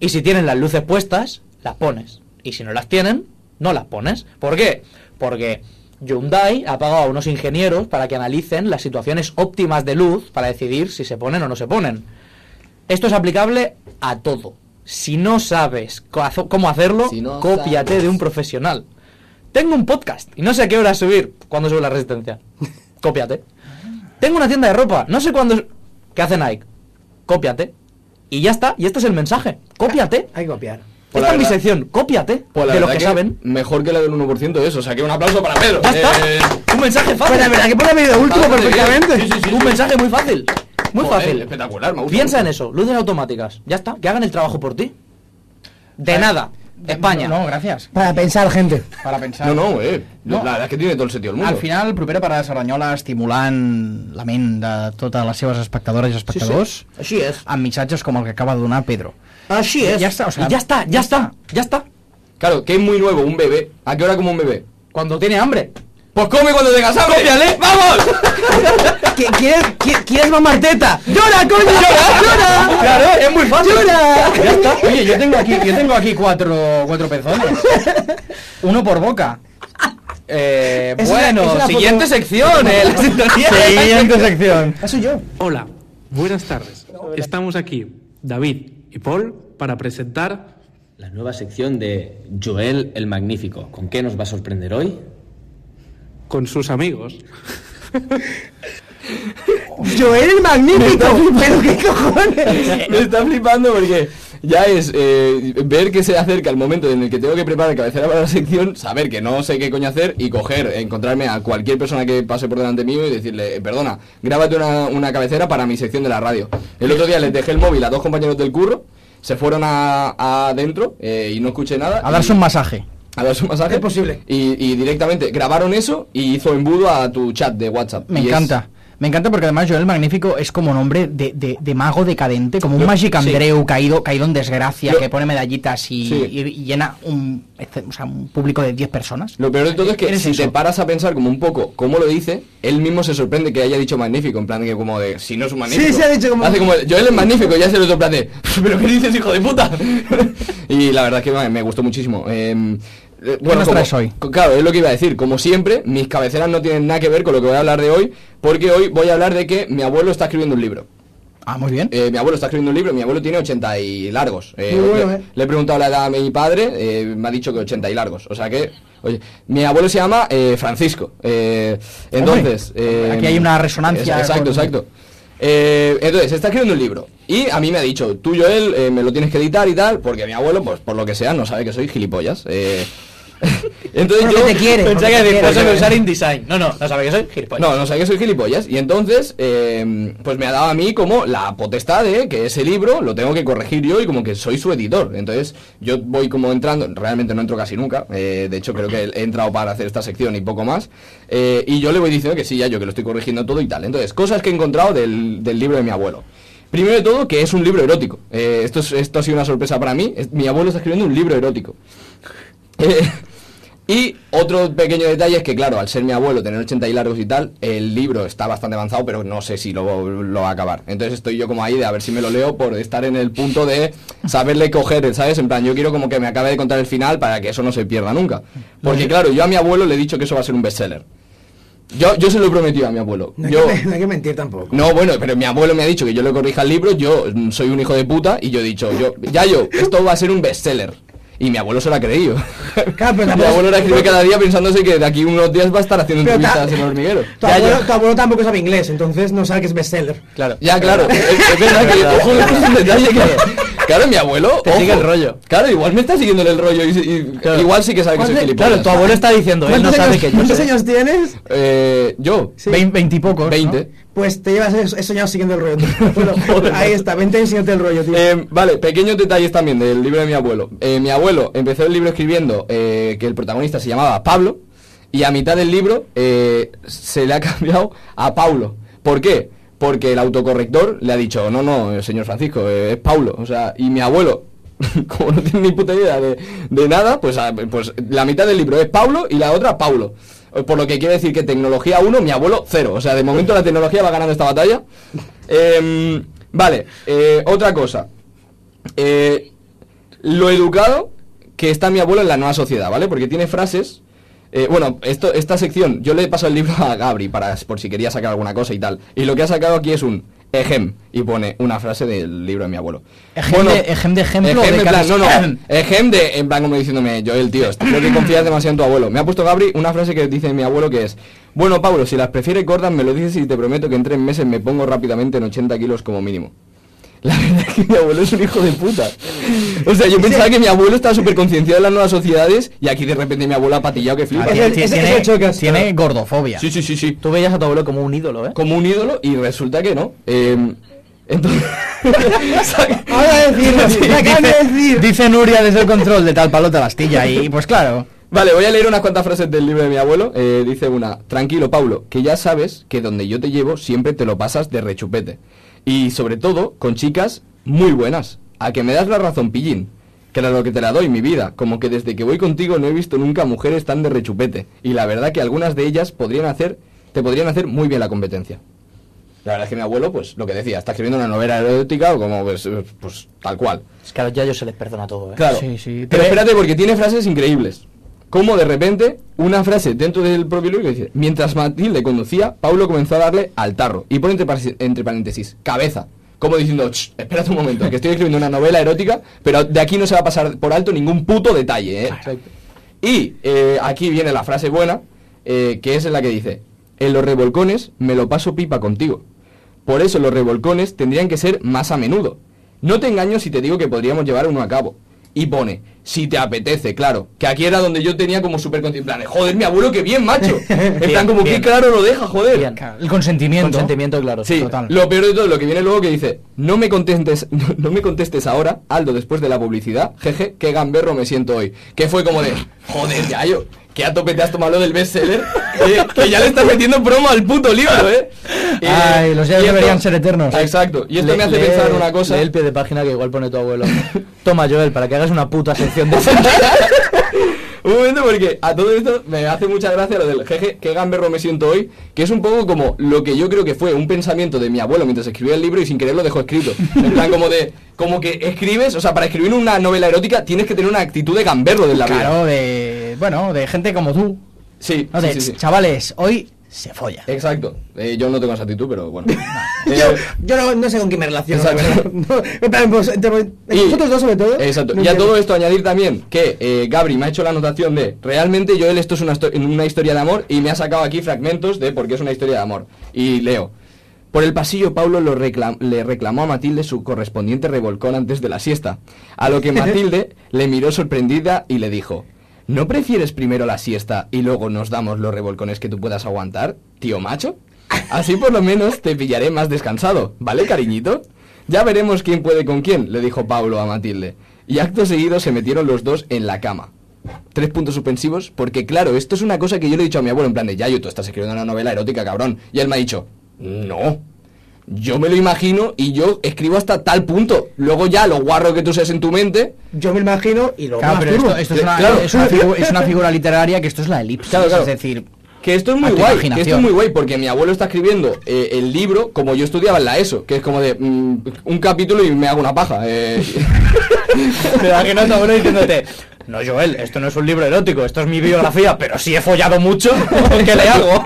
[SPEAKER 4] Y si tienen las luces puestas, las pones. Y si no las tienen, no las pones. ¿Por qué? Porque Hyundai ha pagado a unos ingenieros para que analicen las situaciones óptimas de luz para decidir si se ponen o no se ponen. Esto es aplicable a todo. Si no sabes co- hazo- cómo hacerlo,
[SPEAKER 2] Si no
[SPEAKER 4] cópiate
[SPEAKER 2] sabes.
[SPEAKER 4] de un profesional. Tengo un podcast y no sé a qué hora subir. ¿Cuándo sube la [laughs] resistencia? Cópiate. Tengo una tienda de ropa, no sé cuándo. ¿Qué hace Nike? Cópiate. Y ya está, y este es el mensaje. Cópiate.
[SPEAKER 5] Hay que copiar.
[SPEAKER 2] Pues la
[SPEAKER 4] Esta es mi
[SPEAKER 2] verdad-
[SPEAKER 4] sección, cópiate
[SPEAKER 2] Pues la
[SPEAKER 4] de lo
[SPEAKER 2] verdad
[SPEAKER 4] que, eh, saben.
[SPEAKER 2] Mejor que la del 1% de eso. O sea, que un aplauso para Pedro.
[SPEAKER 4] Ya está.
[SPEAKER 2] Eh,
[SPEAKER 4] un mensaje fácil.
[SPEAKER 5] Pues la verdad que por haber ido último
[SPEAKER 2] Bastante
[SPEAKER 5] perfectamente.
[SPEAKER 2] bien. Sí, sí, sí,
[SPEAKER 4] un
[SPEAKER 2] sí.
[SPEAKER 4] mensaje muy fácil. Muy
[SPEAKER 2] Joder,
[SPEAKER 4] fácil.
[SPEAKER 2] Espectacular, me gusta.
[SPEAKER 4] Piensa en
[SPEAKER 2] mucho.
[SPEAKER 4] eso, luces automáticas. Ya está, que hagan el trabajo por ti. De nada, España.
[SPEAKER 3] No, gracias.
[SPEAKER 5] Para pensar, gente.
[SPEAKER 3] Para pensar.
[SPEAKER 2] No, no, eh.
[SPEAKER 3] No.
[SPEAKER 2] La verdad es que tiene todo el sentido del mundo.
[SPEAKER 3] Al final, propera parada de Cerdanyola, estimulant la ment de totes les seves espectadores i espectadors
[SPEAKER 4] Así es.
[SPEAKER 3] amb missatges com el que acaba de donar Pedro.
[SPEAKER 4] Así
[SPEAKER 3] es. Ya está, o sea,
[SPEAKER 4] ya está, ya está, ya está.
[SPEAKER 2] Claro, que es muy nuevo, un bebé. ¿A qué hora como un bebé?
[SPEAKER 4] Cuando tiene hambre. [laughs]
[SPEAKER 2] Pues come cuando tengas hambre. ¡Vamos!
[SPEAKER 5] ¿Qui- ¿Quieres, qui- ¿Quieres mamar teta?
[SPEAKER 2] ¡Llora, coño! ¡Llora!
[SPEAKER 3] [laughs]
[SPEAKER 2] ¡Llora! Claro, es muy fácil. ¡Llora! Ya está.
[SPEAKER 3] Oye, yo tengo aquí, yo tengo aquí cuatro, cuatro pezones. Uno por boca.
[SPEAKER 4] Eh,
[SPEAKER 5] Es una-
[SPEAKER 4] bueno,
[SPEAKER 5] es una foto-
[SPEAKER 4] siguiente sección, eh, la sintonía.
[SPEAKER 3] Siguiente sección.
[SPEAKER 5] Eso yo.
[SPEAKER 11] Hola, buenas tardes. Estamos aquí, David y Paul, para presentar
[SPEAKER 8] La nueva sección de Joel el Magnífico. ¿Con qué nos va a sorprender hoy?
[SPEAKER 11] con sus amigos.
[SPEAKER 5] Joel el magnífico. Pero qué cojones.
[SPEAKER 2] [laughs] Me está flipando porque ya es eh, ver que se acerca el momento en el que tengo que preparar cabecera para la sección, saber que no sé qué coño hacer y coger, encontrarme a cualquier persona que pase por delante mío y decirle, "Eh, perdona, grábate una, una cabecera para mi sección de la radio. El otro día les dejé el móvil a dos compañeros del curro, se fueron a- a adentro eh, y no escuché nada.
[SPEAKER 3] A
[SPEAKER 2] y-
[SPEAKER 3] darse un masaje.
[SPEAKER 2] a darse un masaje.
[SPEAKER 5] Es posible.
[SPEAKER 2] Y, y directamente grabaron eso y hizo embudo a tu chat de WhatsApp.
[SPEAKER 3] Me
[SPEAKER 2] Y es-
[SPEAKER 3] encanta. Me encanta porque además Joel Magnífico es como nombre de, de, de mago decadente, como un
[SPEAKER 2] Lo-
[SPEAKER 3] Magic
[SPEAKER 2] sí.
[SPEAKER 3] Andreu caído, caído en desgracia,
[SPEAKER 2] Lo-
[SPEAKER 3] que pone medallitas y,
[SPEAKER 2] Sí.
[SPEAKER 3] y- y llena un, este, o sea, un público de 10 personas.
[SPEAKER 2] Lo peor de todo es que
[SPEAKER 3] Eres
[SPEAKER 2] si te
[SPEAKER 3] eso.
[SPEAKER 2] paras a pensar como un poco cómo lo dice, él mismo se sorprende que haya dicho magnífico, en plan que como de, si no es un magnífico.
[SPEAKER 5] Sí, se ha dicho como-
[SPEAKER 2] Hace como, el, Joel es magnífico, ya se lo otro en plan de, pero ¿qué dices, hijo de puta? [laughs] y la verdad es que me, me gustó muchísimo. Eh, eh, bueno,
[SPEAKER 3] nos
[SPEAKER 2] como-
[SPEAKER 3] traes hoy?
[SPEAKER 2] co- Claro, es lo que iba a decir. Como siempre, mis cabeceras no tienen nada que ver con lo que voy a hablar de hoy, porque hoy voy a hablar de que mi abuelo está escribiendo un libro.
[SPEAKER 3] Ah, muy bien.
[SPEAKER 2] Eh, mi abuelo está escribiendo un libro, mi abuelo tiene 80 y largos. Eh,
[SPEAKER 5] Muy bueno,
[SPEAKER 2] le,
[SPEAKER 5] eh.
[SPEAKER 2] le he preguntado la edad a mi padre, eh, me ha dicho que 80 y largos. O sea que, oye, mi abuelo se llama eh, Francisco. Eh, entonces,
[SPEAKER 3] Hombre,
[SPEAKER 2] eh,
[SPEAKER 3] aquí hay una resonancia
[SPEAKER 2] es- exacto,
[SPEAKER 3] con-
[SPEAKER 2] exacto. Eh, entonces, está escribiendo un libro y a mí me ha dicho, tú Joel, eh, [laughs] me lo tienes que editar y tal, porque mi abuelo, pues por lo que sea, no sabe que soy gilipollas. Eh, Entonces
[SPEAKER 4] Porque
[SPEAKER 2] yo
[SPEAKER 4] te quiere,
[SPEAKER 2] pensé
[SPEAKER 4] porque
[SPEAKER 2] que
[SPEAKER 4] te
[SPEAKER 2] decir,
[SPEAKER 4] quiere.
[SPEAKER 2] pues,
[SPEAKER 4] Cosa que
[SPEAKER 2] eh,
[SPEAKER 4] usar InDesign. No, no, no sabe que soy gilipollas.
[SPEAKER 2] No, no sabía que soy gilipollas. Y entonces, eh, pues me ha dado a mí como la potestad de que ese libro lo tengo que corregir yo y como que soy su editor. Entonces, yo voy como entrando, realmente no entro casi nunca. eh, de hecho, creo que he entrado para hacer esta sección y poco más. eh, y yo le voy diciendo que sí, ya yo que lo estoy corrigiendo todo y tal. Entonces, cosas que he encontrado del, del libro de mi abuelo. Primero de todo, que es un libro erótico. Eh, esto, es- esto ha sido una sorpresa para mí. Es- mi abuelo está escribiendo un libro erótico. [laughs] Eh, y otro pequeño detalle es que, claro, al ser mi abuelo, tener 80 y largos y tal, el libro está bastante avanzado, pero no sé si lo, lo va a acabar. Entonces estoy yo como ahí de a ver si me lo leo por estar en el punto de saberle coger, ¿sabes? En plan, yo quiero como que me acabe de contar el final para que eso no se pierda nunca. Porque, claro, yo a mi abuelo le he dicho que eso va a ser un bestseller. Yo, yo se lo he prometido a mi abuelo.
[SPEAKER 5] No hay,
[SPEAKER 2] Yo,
[SPEAKER 5] que, no hay que mentir tampoco.
[SPEAKER 2] no, bueno, pero mi abuelo me ha dicho que yo le corrija el libro, yo mm, soy un hijo de puta y yo he dicho, yo, ya yo, esto va a ser un bestseller. Y mi abuelo se lo ha creído. [laughs] mi abuelo ahora escribe cada día pensándose que de aquí unos días va a estar haciendo
[SPEAKER 5] Pero ta-
[SPEAKER 2] entrevistas en el hormiguero.
[SPEAKER 5] Tu
[SPEAKER 2] Ya,
[SPEAKER 5] abuelo,
[SPEAKER 2] ya.
[SPEAKER 5] tu abuelo tampoco sabe inglés, entonces no sabe que es bestseller.
[SPEAKER 4] Claro.
[SPEAKER 2] Ya, claro. es, es verdad que ojo, esto es un detalle que- Claro, mi abuelo.
[SPEAKER 4] Te
[SPEAKER 2] ojo.
[SPEAKER 4] sigue el rollo.
[SPEAKER 2] Claro, igual me está siguiendo en el rollo y, y- igual sí que sabe que soy
[SPEAKER 5] ¿Cuántos-
[SPEAKER 2] gilipollas.
[SPEAKER 4] Claro, tu abuelo está diciendo, él no
[SPEAKER 5] ¿Cuántos
[SPEAKER 4] sabe
[SPEAKER 5] años-
[SPEAKER 4] que yo
[SPEAKER 5] ¿Cuántos
[SPEAKER 4] soy.
[SPEAKER 5] años tienes?
[SPEAKER 2] Eh, yo,
[SPEAKER 3] Veintipocos.
[SPEAKER 2] 20.
[SPEAKER 5] Pues te llevas eso, eso ya siguiendo el rollo. Bueno,
[SPEAKER 2] Joder.
[SPEAKER 5] ahí está, 20 años siguiente el rollo, tío.
[SPEAKER 2] Eh, vale, pequeños detalles también del libro de mi abuelo. Eh, mi abuelo empezó el libro escribiendo eh, que el protagonista se llamaba Pablo y a mitad del libro eh, se le ha [laughs] cambiado a Paulo. ¿Por qué? Porque el autocorrector le ha dicho, no, no, eh, señor Francisco, eh, es Paulo. O sea, y mi abuelo, [laughs] como no tiene ni puta idea de, de nada, pues, ah, pues la mitad del libro es Paulo y la otra Paulo. Eh, Por lo que quiere decir que tecnología 1, mi abuelo 0. O sea, de momento la tecnología va ganando esta batalla. Em, vale, eh, otra cosa. Eh, lo educado que está mi abuelo en la nueva sociedad, ¿vale? Porque tiene frases. eh, bueno, esto, esta sección, yo le he pasado el libro a Gabri para, por si quería sacar alguna cosa y tal. Y lo que ha sacado aquí es un ejem. Y pone una frase del libro de mi abuelo.
[SPEAKER 3] Ejem de- ejem de ejemplo
[SPEAKER 2] ejem
[SPEAKER 3] de
[SPEAKER 2] en plan,
[SPEAKER 3] Carlos-
[SPEAKER 2] no, no. Ejem de, en plan, como diciéndome, Joel, tío, creo que confías demasiado en tu abuelo. Me ha puesto Gabri una frase que dice mi abuelo que es: Bueno, Pablo, si las prefieres gordas, me lo dices y te prometo que en tres meses me pongo rápidamente en 80 kilos como mínimo. La verdad es que mi abuelo es un hijo de puta. O sea, yo pensaba que mi abuelo estaba súper concienciado de las nuevas sociedades y aquí de repente mi abuelo ha patillado que flipa.
[SPEAKER 5] Es el- es el- es el chocas.
[SPEAKER 3] Tiene gordofobia.
[SPEAKER 2] Sí, sí, sí, sí.
[SPEAKER 4] Tú veías a tu abuelo como un ídolo, ¿eh?
[SPEAKER 2] Como un ídolo y resulta que no. Eh, entonces... [laughs]
[SPEAKER 5] Ahora decirlo,
[SPEAKER 2] Sí.
[SPEAKER 5] me acaban de decir.
[SPEAKER 3] Dice Nuria desde el control de tal palota Bastilla y pues claro.
[SPEAKER 2] Vale, voy a leer unas cuantas frases del libro de mi abuelo. Eh, dice una, tranquilo Pablo, que ya sabes que donde yo te llevo siempre te lo pasas de rechupete. Y sobre todo con chicas muy buenas. A que me das la razón, pillín. Claro que te la doy, mi vida. Como que desde que voy contigo no he visto nunca mujeres tan de rechupete. Y la verdad que algunas de ellas podrían hacer, te podrían hacer muy bien la competencia. La verdad es que mi abuelo, pues lo que decía, está escribiendo una novela erótica o como, pues, eh, pues tal cual.
[SPEAKER 4] Es que a los yayos se les perdona todo, ¿eh?
[SPEAKER 2] Claro.
[SPEAKER 3] Sí, sí.
[SPEAKER 2] Pero espérate, porque tiene frases increíbles. Como de repente, una frase dentro del propio libro que dice: Mientras Matilde conducía, Pablo comenzó a darle al tarro. Y pone entre, par- entre paréntesis: cabeza. Como diciendo: "Ch, espérate un momento, que estoy escribiendo una novela erótica, pero de aquí no se va a pasar por alto ningún puto detalle, ¿eh?". Y eh, aquí viene la frase buena, eh, que es la que dice: En los revolcones me lo paso pipa contigo. Por eso los revolcones tendrían que ser más a menudo. No te engaño si te digo que podríamos llevar uno a cabo. Y pone, si te apetece, claro. Que aquí era donde yo tenía como súper... consci- En plan, joder, mi abuelo, qué bien,
[SPEAKER 4] [laughs]
[SPEAKER 2] macho. En plan, como que
[SPEAKER 4] bien.
[SPEAKER 2] claro lo deja, joder.
[SPEAKER 4] Bien.
[SPEAKER 3] El consentimiento.
[SPEAKER 4] Consentimiento, claro.
[SPEAKER 2] Sí,
[SPEAKER 3] Total.
[SPEAKER 2] lo peor de todo, lo que viene luego que dice, no me contestes, [laughs] no, me contestes ahora, Aldo, después de la publicidad, jeje, qué gamberro me siento hoy. Que fue como de, joder, Yayo, que a tope te has tomado lo del bestseller, [laughs] eh, que ya le estás metiendo promo al puto libro, eh. Eh,
[SPEAKER 3] Ay, los Yayos
[SPEAKER 2] y esto-
[SPEAKER 3] deberían ser eternos.
[SPEAKER 2] Exacto, y esto
[SPEAKER 4] Le-
[SPEAKER 2] me hace
[SPEAKER 4] lee-
[SPEAKER 2] pensar una cosa.
[SPEAKER 4] lee el pie de página que igual pone tu abuelo. [laughs] Toma, Joel, para que hagas una puta sección de
[SPEAKER 2] Un momento, porque a todo esto me hace mucha gracia lo del jeje, qué gamberro me siento hoy, que es un poco como lo que yo creo que fue un pensamiento de mi abuelo mientras escribía el libro y sin querer lo dejó escrito. En plan, como de, como que escribes, o sea, para escribir una novela erótica tienes que tener una actitud de gamberro de la vida.
[SPEAKER 3] Claro, de. Bueno, de gente como tú.
[SPEAKER 2] Sí,
[SPEAKER 3] No,
[SPEAKER 2] sí,
[SPEAKER 3] de
[SPEAKER 2] sí, sí.
[SPEAKER 3] chavales, hoy se folla.
[SPEAKER 2] Exacto. Eh, yo no tengo esa actitud, pero bueno. Eh,
[SPEAKER 5] [laughs] Yo, yo no, no sé con quién me relaciono. la
[SPEAKER 2] Exacto.
[SPEAKER 5] verdad. [laughs] No, en plan, pues, entre, entre vosotros dos sobre todo.
[SPEAKER 2] Exacto.
[SPEAKER 5] no
[SPEAKER 2] y a
[SPEAKER 5] entiendo.
[SPEAKER 2] todo esto añadir también que eh, Gabri me ha hecho la anotación de realmente Joel esto es una, histo- una historia de amor y me ha sacado aquí fragmentos de por qué es una historia de amor. Y leo. Por el pasillo Pablo lo reclam- le reclamó a Matilde su correspondiente revolcón antes de la siesta, a lo que Matilde le miró sorprendida y le dijo, ¿No prefieres primero la siesta y luego nos damos los revolcones que tú puedas aguantar, tío macho? Así por lo menos te pillaré más descansado, ¿vale, cariñito? Ya veremos quién puede con quién, le dijo Pablo a Matilde. Y acto seguido se metieron los dos en la cama. Tres puntos suspensivos, porque claro, esto es una cosa que yo le he dicho a mi abuelo en plan de Yayo, tú estás escribiendo una novela erótica, cabrón. Y él me ha dicho, no. Yo me lo imagino y yo escribo hasta tal punto. Luego ya lo guarro que tú seas en tu mente.
[SPEAKER 5] Yo me imagino y lo
[SPEAKER 3] Claro, pero esto, esto
[SPEAKER 5] Eh,
[SPEAKER 3] es, una, es, una
[SPEAKER 5] [laughs]
[SPEAKER 3] figu- es una figura literaria que esto es la elipsis.
[SPEAKER 2] Claro, claro.
[SPEAKER 3] Es decir,
[SPEAKER 2] Que esto es
[SPEAKER 3] A
[SPEAKER 2] muy
[SPEAKER 3] tu
[SPEAKER 2] guay, que
[SPEAKER 3] imaginación.
[SPEAKER 2] esto es muy guay, porque mi abuelo está escribiendo eh, el libro como yo estudiaba en la ESO, que es como de mm, un capítulo y me hago una paja.
[SPEAKER 3] [laughs]
[SPEAKER 2] eh.
[SPEAKER 4] Te imaginas a uno diciéndote, no Joel, esto no es un libro erótico, esto es mi biografía, pero sí he follado
[SPEAKER 3] [laughs]
[SPEAKER 4] mucho, ¿qué
[SPEAKER 5] [laughs]
[SPEAKER 4] le hago?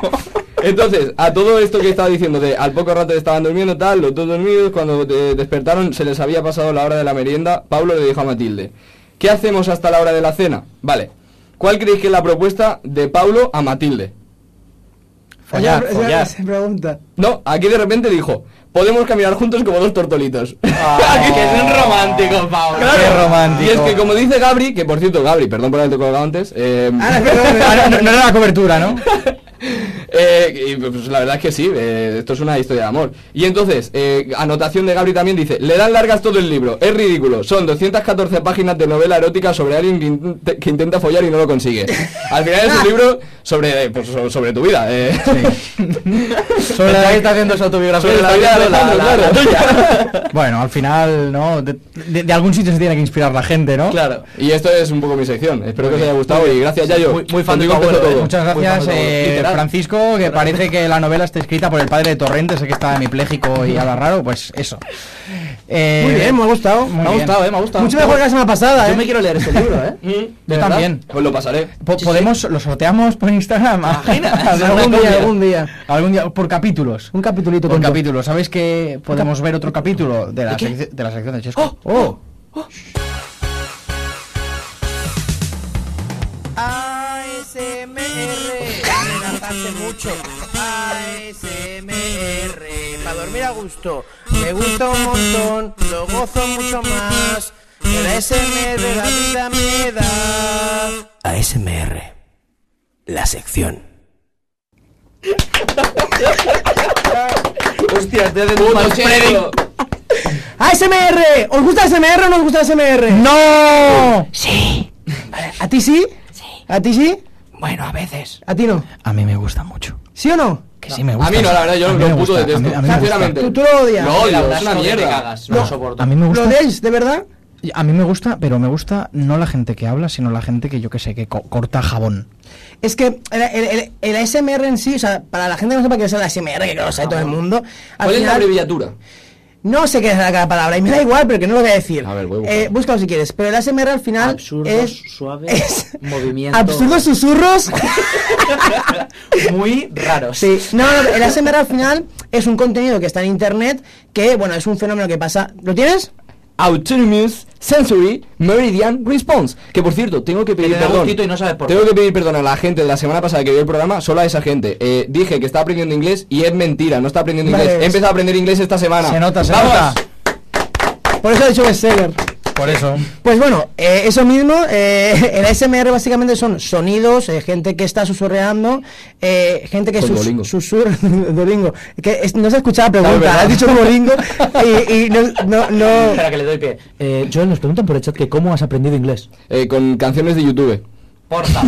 [SPEAKER 2] Entonces, a todo esto que estaba diciendo de al poco rato estaban durmiendo, tal, los dos dormidos, cuando eh, despertaron se les había pasado la hora de la merienda, Pablo le dijo a Matilde, ¿qué hacemos hasta la hora de la cena? Vale, ¿cuál creéis que es la propuesta de Pablo a Matilde?
[SPEAKER 5] Follar,
[SPEAKER 2] Follar, follar.
[SPEAKER 5] Se pregunta.
[SPEAKER 2] No, aquí de repente dijo, podemos caminar juntos como dos tortolitos. [laughs]
[SPEAKER 4] que es un romántico, Pablo.
[SPEAKER 2] Claro.
[SPEAKER 4] Qué romántico.
[SPEAKER 2] Y es que como dice Gabri, que por cierto, Gabri, perdón por haberte colgado antes, eh,
[SPEAKER 3] Ah, no, no era la
[SPEAKER 5] [laughs]
[SPEAKER 3] cobertura, ¿no?
[SPEAKER 2] [laughs] eh, y, pues, la verdad es que sí, eh, esto es una historia de amor. Y entonces, eh, anotación de Gabri también dice, le dan largas todo el libro, es ridículo, son 214 páginas de novela erótica sobre alguien que, inte- que intenta follar y no lo consigue. Al final es un libro sobre, eh, pues, so- sobre tu vida. eh. [laughs]
[SPEAKER 3] Sobre la que está haciendo su autobiografía.
[SPEAKER 2] sobre la vida de la, la- la tuya. [laughs]
[SPEAKER 3] Bueno, al final, ¿no? De, de- de algún sitio se tiene que inspirar la gente, ¿no?
[SPEAKER 4] Claro.
[SPEAKER 2] Y esto es un poco mi sección. Espero que os haya gustado y gracias, Yayo.
[SPEAKER 4] Muy- muy fan de tu
[SPEAKER 2] Contigo empezó
[SPEAKER 4] abuelo, eh.
[SPEAKER 2] todo.
[SPEAKER 3] Muchas gracias, eh,
[SPEAKER 4] Literal.
[SPEAKER 3] Francisco, que parece que la novela está escrita por el padre de Torrente, ese que estaba hemipléjico y habla raro, pues eso. Eh,
[SPEAKER 5] Muy bien, me ha gustado.
[SPEAKER 3] muy
[SPEAKER 4] Me ha
[SPEAKER 3] bien.
[SPEAKER 4] gustado, eh, me ha gustado.
[SPEAKER 5] Mucho mejor que la semana pasada,
[SPEAKER 4] Yo
[SPEAKER 5] ¿eh?
[SPEAKER 4] me quiero leer este libro, eh.
[SPEAKER 3] Yo también.
[SPEAKER 2] Pues lo pasaré.
[SPEAKER 3] Po- ¿Podemos, lo sorteamos por Instagram? [laughs]
[SPEAKER 4] Imagina,
[SPEAKER 5] Algún día, algún día.
[SPEAKER 3] Algún día, por capítulos.
[SPEAKER 5] Un capitulito
[SPEAKER 3] Por
[SPEAKER 5] con
[SPEAKER 3] capítulos. ¿Sabéis que podemos ver otro capítulo de la, secci- de la sección de Chesco? ¡Oh!
[SPEAKER 5] ASMR, relajarse mucho. ASMR, para dormir a gusto. Me gusta un montón, lo gozo mucho más. El ASMR de la vida me da. ASMR, la sección.
[SPEAKER 4] Hostia, te de
[SPEAKER 2] Puto Chesco.
[SPEAKER 5] ¡Ah, ASMR, ¿os gusta ASMR o no os gusta ASMR?
[SPEAKER 3] ¡No!
[SPEAKER 5] ¿A ti sí? Sí. ¿A ti sí?
[SPEAKER 3] Bueno, a veces.
[SPEAKER 5] ¿A ti no?
[SPEAKER 3] A mí me gusta mucho.
[SPEAKER 5] ¿Sí o no?
[SPEAKER 3] Que sí me gusta.
[SPEAKER 2] A mí no, la verdad, yo
[SPEAKER 3] A mí
[SPEAKER 2] lo
[SPEAKER 3] me
[SPEAKER 2] puto
[SPEAKER 3] gusta,
[SPEAKER 2] detesto.
[SPEAKER 3] a mí- a mí me
[SPEAKER 2] sinceramente.
[SPEAKER 5] gusta. Tú- tú lo odias.
[SPEAKER 2] Lo
[SPEAKER 4] El
[SPEAKER 2] odio, es
[SPEAKER 4] atasco
[SPEAKER 2] una
[SPEAKER 4] que te
[SPEAKER 2] mierda.
[SPEAKER 4] cagas, no lo soporto.
[SPEAKER 3] A mí me
[SPEAKER 5] ¿Lo
[SPEAKER 3] gusta.
[SPEAKER 5] odiáis, de verdad?
[SPEAKER 3] A mí me gusta, pero me gusta no la gente que habla, sino la gente que yo que sé, que co- corta jabón.
[SPEAKER 5] Es que el, el, el- el ASMR en sí, o sea, para la gente que no sepa qué es el ASMR, que lo sabe todo el
[SPEAKER 3] Ah,
[SPEAKER 5] mundo, al
[SPEAKER 2] ¿Cuál es la
[SPEAKER 5] final
[SPEAKER 2] abreviatura?
[SPEAKER 5] no sé qué es la cada palabra y me da igual, pero que no lo voy a decir.
[SPEAKER 2] A ver, voy a buscar.
[SPEAKER 5] eh, búscalo si quieres, pero el ASMR al final
[SPEAKER 4] Absurdos,
[SPEAKER 5] es
[SPEAKER 4] suaves,
[SPEAKER 5] [laughs] es
[SPEAKER 4] movimientos.
[SPEAKER 5] Absurdos susurros.
[SPEAKER 4] Muy raros.
[SPEAKER 5] Sí, no, no, el ASMR al final es un contenido que está en internet que, bueno, es un fenómeno que pasa. ¿Lo tienes?
[SPEAKER 2] Autonomous Sensory Meridian Response. Que por cierto, tengo que pedir
[SPEAKER 4] le da
[SPEAKER 2] perdón.
[SPEAKER 4] gustito y no sabes por
[SPEAKER 2] tengo
[SPEAKER 4] qué.
[SPEAKER 2] que pedir perdón a la gente de la semana pasada que vio el programa, solo a esa gente. Eh, dije que estaba aprendiendo inglés y es mentira, no está aprendiendo
[SPEAKER 5] Vale.
[SPEAKER 2] inglés. He empezado a aprender inglés esta semana.
[SPEAKER 3] Se nota, se
[SPEAKER 2] Ah, ¡Vamos!
[SPEAKER 3] nota.
[SPEAKER 5] Por eso he dicho bestseller.
[SPEAKER 3] Por eso.
[SPEAKER 5] Pues bueno, eh, eso mismo, eh, [laughs] el ASMR básicamente son sonidos, eh, gente que está susurreando, eh, gente que
[SPEAKER 2] Con
[SPEAKER 5] sus-
[SPEAKER 2] Duolingo.
[SPEAKER 5] susurra, [laughs] Duolingo, que es- no se escuchaba la
[SPEAKER 2] Claro,
[SPEAKER 5] pregunta,
[SPEAKER 2] ¿verdad?
[SPEAKER 5] has dicho Duolingo y, y no, no, no-
[SPEAKER 4] Espera que le doy pie.
[SPEAKER 3] Eh, Joel, nos preguntan por el chat que cómo has aprendido inglés.
[SPEAKER 2] Eh, con canciones de YouTube.
[SPEAKER 4] Porta.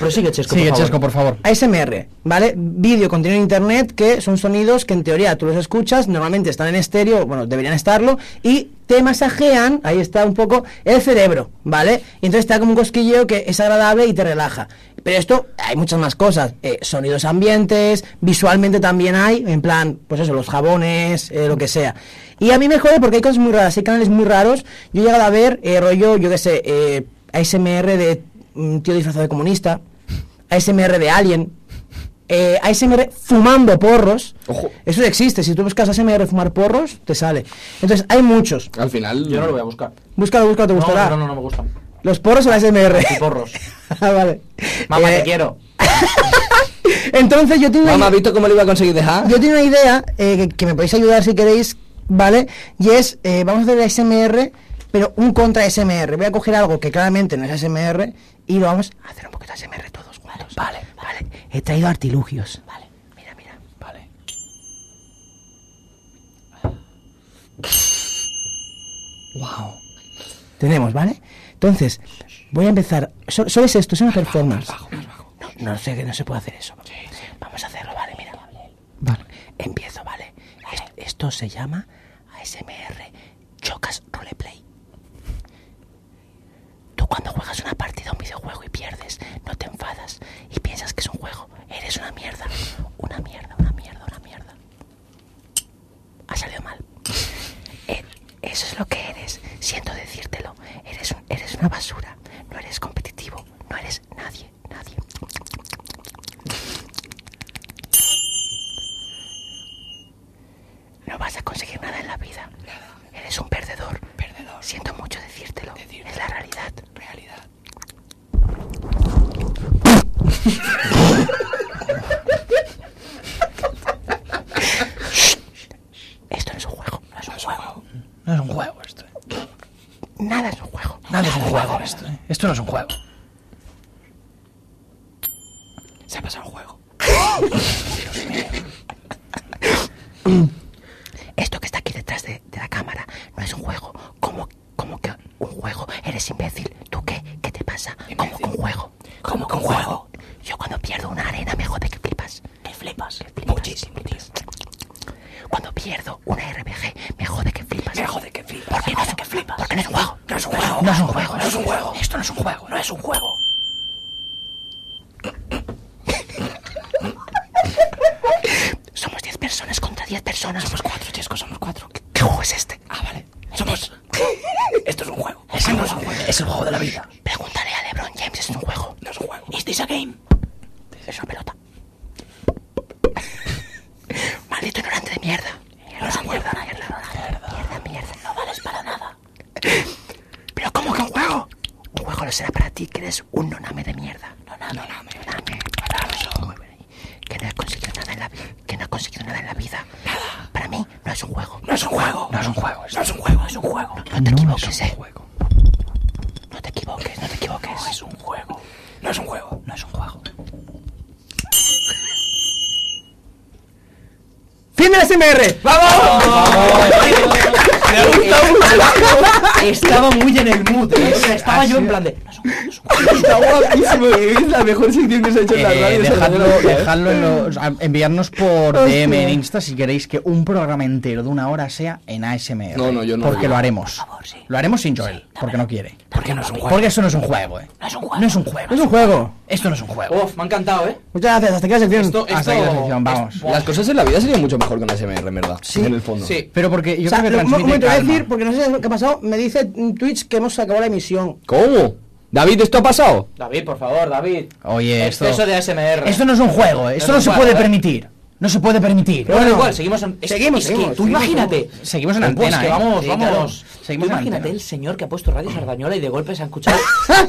[SPEAKER 4] Prosigue, Chesco,
[SPEAKER 3] Sigue,
[SPEAKER 4] por favor.
[SPEAKER 3] Chesco, por favor.
[SPEAKER 5] ASMR, ¿vale? Vídeo, contenido en internet, que son sonidos que en teoría tú los escuchas, normalmente están en estéreo, bueno, deberían estarlo, y te masajean, ahí está un poco, el cerebro, ¿vale? Y entonces está como un cosquilleo que es agradable y te relaja. Pero esto, hay muchas más cosas, eh, sonidos ambientes, visualmente también hay, en plan, pues eso, los jabones, eh, lo que sea. Y a mí me jode porque hay cosas muy raras, hay canales muy raros, yo he llegado a ver, eh, rollo, yo qué sé, eh, ASMR de un tío disfrazado de comunista, ASMR de Alien, eh, ASMR fumando porros.
[SPEAKER 2] Ojo.
[SPEAKER 5] Eso existe. Si tú buscas ASMR fumar porros, te sale. Entonces, hay muchos.
[SPEAKER 2] Al final.
[SPEAKER 4] Yo no lo voy a buscar.
[SPEAKER 5] Búscalo, búscalo, te
[SPEAKER 4] No,
[SPEAKER 5] gustará.
[SPEAKER 4] no, no, no me gusta.
[SPEAKER 5] ¿Los porros o la ASMR?
[SPEAKER 4] Y porros.
[SPEAKER 5] [laughs] ah, vale.
[SPEAKER 4] Mamá,
[SPEAKER 5] Eh,
[SPEAKER 4] te quiero.
[SPEAKER 5] Entonces, yo tengo
[SPEAKER 2] Mamá, ¿has visto cómo lo iba a conseguir dejar?
[SPEAKER 5] yo tengo una idea eh, que, que me podéis ayudar si queréis, ¿vale? Y es, eh, vamos a hacer el ASMR pero un contra SMR. Voy a coger algo que claramente no es SMR y lo vamos a hacer un poquito SMR todos juntos. Vale, vale. He traído artilugios. Vale. Mira, mira. Vale. Wow. Tenemos, ¿vale? Entonces, voy a empezar. So- Solo, es esto, es una performance. No, no sé que no se puede hacer eso. Vamos a hacerlo, vale, mira. Vale. Empiezo, vale. Es- Esto se llama ASMR. Chocas roleplay. Tú cuando juegas una partida a un videojuego y pierdes, no te enfadas y piensas que es un juego. Eres una mierda. Una mierda, una mierda, una mierda. Ha salido mal. Eh, eso es lo que eres. Siento decírtelo. Eres, un- eres una basura. No eres competitivo. No eres nadie. Nadie. No vas a conseguir nada en la vida. Eres un perdedor. Perdedor. Siento mucho decírtelo. Es la realidad. Realidad. Esto no es un juego. No es un juego.
[SPEAKER 12] No es un juego esto.
[SPEAKER 5] Nada es un juego.
[SPEAKER 12] Nada es un juego esto. ¿eh? Esto no es un juego.
[SPEAKER 5] Se ha pasado un juego. Esto que está aquí detrás de, de la cámara no es un juego. ¿Cómo, cómo que un juego? Eres imbécil. ¿Tú qué? ¿Qué te pasa? ¿Cómo que un juego? ¿Cómo que un juego? Yo cuando pierdo una arena me jode que flipas. Que flipas. Que flipas. Muchísimo, Cuando pierdo una RBG me jode que flipas. Me jode que flipas. ¿Por qué no, que flipas? Porque no es un juego. No es un juego. No es un juego. No es un juego. Esto no es un juego. No es un juego. Somos 10 personas contra 10 personas. Somos 4, chicos, somos 4. ¿Qué juego es este? Ah, vale. Somos. [laughs] Esto es un juego. Es, un juego. es el juego de la vida. Pregúntale a LeBron James, es un juego. No es un juego. ¿Is this a game? Es una pelota. [laughs] Maldito ignorante de mierda. No es un juego. Mierda, mierda, mierda, mierda. No vales para nada. ¿Pero cómo que un juego? Un juego lo será para ti, que eres un noname de mierda. Noname. Noname. Noname. Muy bien ahí. Que no has conseguido nada en la vida. Que no has conseguido nada en la vida. Nada. Para mí no es un juego. No es un juego. No es un juego. No es un juego. Es un juego. No, te equivoques, eh. No te equivoques, no te equivoques. No es un juego. No es un juego. No es un juego. ¡Fin del SMR!
[SPEAKER 3] [laughs]
[SPEAKER 5] ¡Vamos!
[SPEAKER 4] Me ha gustado mucho. Estaba muy en el mood. ¿eh? Estaba yo en plan de.
[SPEAKER 2] Está [laughs] guapísimo, es la mejor sección que se ha hecho en la
[SPEAKER 3] Eh,
[SPEAKER 2] radio. esa
[SPEAKER 3] dejadlo,
[SPEAKER 2] radio.
[SPEAKER 3] dejadlo en los- a- enviarnos por
[SPEAKER 2] Hostia.
[SPEAKER 3] DM en Insta si queréis que un programa entero de una hora sea en ASMR.
[SPEAKER 2] No, no, yo no lo
[SPEAKER 3] Porque
[SPEAKER 2] digo.
[SPEAKER 3] lo haremos. Lo haremos sin Joel, porque no quiere.
[SPEAKER 5] Porque no es un juego.
[SPEAKER 3] Porque eso no es un juego, eh.
[SPEAKER 5] No es un
[SPEAKER 3] No es un juego.
[SPEAKER 5] No es un juego.
[SPEAKER 3] Esto no es un juego.
[SPEAKER 4] Uf, me ha encantado, eh.
[SPEAKER 5] Muchas gracias, hasta aquí la sección.
[SPEAKER 4] Esto, esto.
[SPEAKER 3] Hasta aquí la sección, vamos.
[SPEAKER 2] Las cosas en la vida serían mucho mejor con SMR, en verdad. Sí. En el fondo.
[SPEAKER 4] Sí.
[SPEAKER 3] Pero porque yo
[SPEAKER 5] O sea,
[SPEAKER 3] creo que
[SPEAKER 5] lo- un momento,
[SPEAKER 3] transmite
[SPEAKER 5] voy a
[SPEAKER 3] calma.
[SPEAKER 5] decir, porque no sé qué ha pasado, me dice en Twitch que hemos acabado la emisión.
[SPEAKER 2] ¿Cómo? David, ¿esto ha pasado?
[SPEAKER 4] David, por favor, David.
[SPEAKER 3] Oye, esto...
[SPEAKER 4] Exceso de ASMR.
[SPEAKER 3] Esto no es un juego, eh. Esto no
[SPEAKER 4] es
[SPEAKER 3] se
[SPEAKER 4] un
[SPEAKER 3] puede
[SPEAKER 4] juego, ¿eh?
[SPEAKER 3] permitir. No se puede permitir.
[SPEAKER 4] Pero bueno, igual, seguimos en. es-
[SPEAKER 5] Seguimos,
[SPEAKER 4] es
[SPEAKER 5] seguimos,
[SPEAKER 4] que tú
[SPEAKER 5] seguimos,
[SPEAKER 4] imagínate.
[SPEAKER 3] Seguimos en
[SPEAKER 4] Es
[SPEAKER 3] antena,
[SPEAKER 4] que
[SPEAKER 3] eh.
[SPEAKER 4] vamos,
[SPEAKER 3] Sí, claro.
[SPEAKER 4] vamos.
[SPEAKER 3] Seguimos
[SPEAKER 4] Tú
[SPEAKER 3] en
[SPEAKER 4] imagínate
[SPEAKER 3] antena.
[SPEAKER 4] el señor que ha puesto Radio Sardañola y de golpe se ha escuchado [laughs]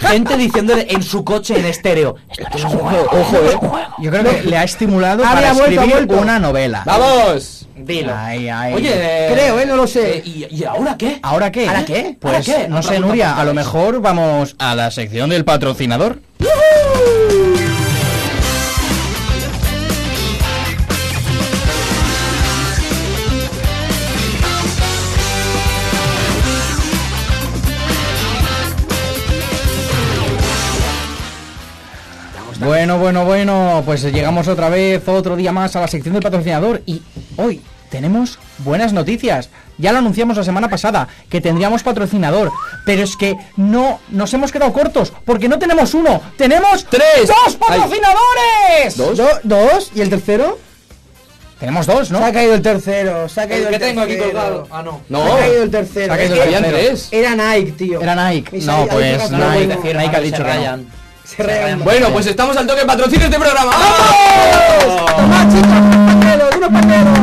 [SPEAKER 4] gente diciéndole en su coche en estéreo. Esto no es un juego.
[SPEAKER 2] Ojo,
[SPEAKER 4] no es
[SPEAKER 2] eh.
[SPEAKER 4] un juego.
[SPEAKER 3] Yo creo que le ha estimulado
[SPEAKER 5] Había
[SPEAKER 3] para
[SPEAKER 5] vuelto,
[SPEAKER 3] escribir
[SPEAKER 5] vuelto.
[SPEAKER 3] una novela.
[SPEAKER 2] ¡Vamos!
[SPEAKER 4] Dilo.
[SPEAKER 3] Ay, ay.
[SPEAKER 4] Oye, eh,
[SPEAKER 5] Creo, eh, no lo sé.
[SPEAKER 4] eh, ¿Y, y ahora qué?
[SPEAKER 3] ¿Ahora qué?
[SPEAKER 4] ¿Ahora qué?
[SPEAKER 3] Pues
[SPEAKER 4] ¿Ahora qué?
[SPEAKER 3] no sé,
[SPEAKER 4] Pregunta
[SPEAKER 3] Nuria,
[SPEAKER 4] por
[SPEAKER 3] a lo
[SPEAKER 4] favor.
[SPEAKER 3] mejor vamos a la sección del patrocinador. Bueno, bueno, bueno, pues llegamos otra vez, otro día más a la sección del patrocinador y hoy tenemos buenas noticias. Ya lo anunciamos la semana pasada, que tendríamos patrocinador, pero es que no nos hemos quedado cortos, porque no tenemos uno, tenemos
[SPEAKER 2] Tres.
[SPEAKER 3] dos
[SPEAKER 2] Ay.
[SPEAKER 3] patrocinadores.
[SPEAKER 2] ¿Dos?
[SPEAKER 5] Do- dos, ¿y el tercero?
[SPEAKER 3] Tenemos dos, ¿no?
[SPEAKER 5] Se ha caído el tercero, se ha caído
[SPEAKER 4] El
[SPEAKER 5] el,
[SPEAKER 4] que tengo aquí
[SPEAKER 5] tercero.
[SPEAKER 4] colgado. Ah, no.
[SPEAKER 2] No.
[SPEAKER 5] Se ha caído el tercero.
[SPEAKER 3] Se ha caído
[SPEAKER 5] Es
[SPEAKER 3] el
[SPEAKER 5] que
[SPEAKER 2] Habían
[SPEAKER 3] tercero.
[SPEAKER 2] tres.
[SPEAKER 5] Era Nike, tío.
[SPEAKER 3] Era Nike.
[SPEAKER 5] Y
[SPEAKER 3] No,
[SPEAKER 5] ahí- ahí
[SPEAKER 3] pues
[SPEAKER 5] toca
[SPEAKER 4] No lo
[SPEAKER 5] Nike.
[SPEAKER 4] puedes
[SPEAKER 3] Nike,
[SPEAKER 4] decir,
[SPEAKER 3] Nike ha
[SPEAKER 4] Manuel,
[SPEAKER 3] dicho
[SPEAKER 4] se
[SPEAKER 3] que no.
[SPEAKER 4] rayan.
[SPEAKER 5] Se rayan.
[SPEAKER 2] Bueno, pues estamos al toque. Patrocina este programa.
[SPEAKER 5] Tomad, chicos, unos pañuelos, unos pañuelos.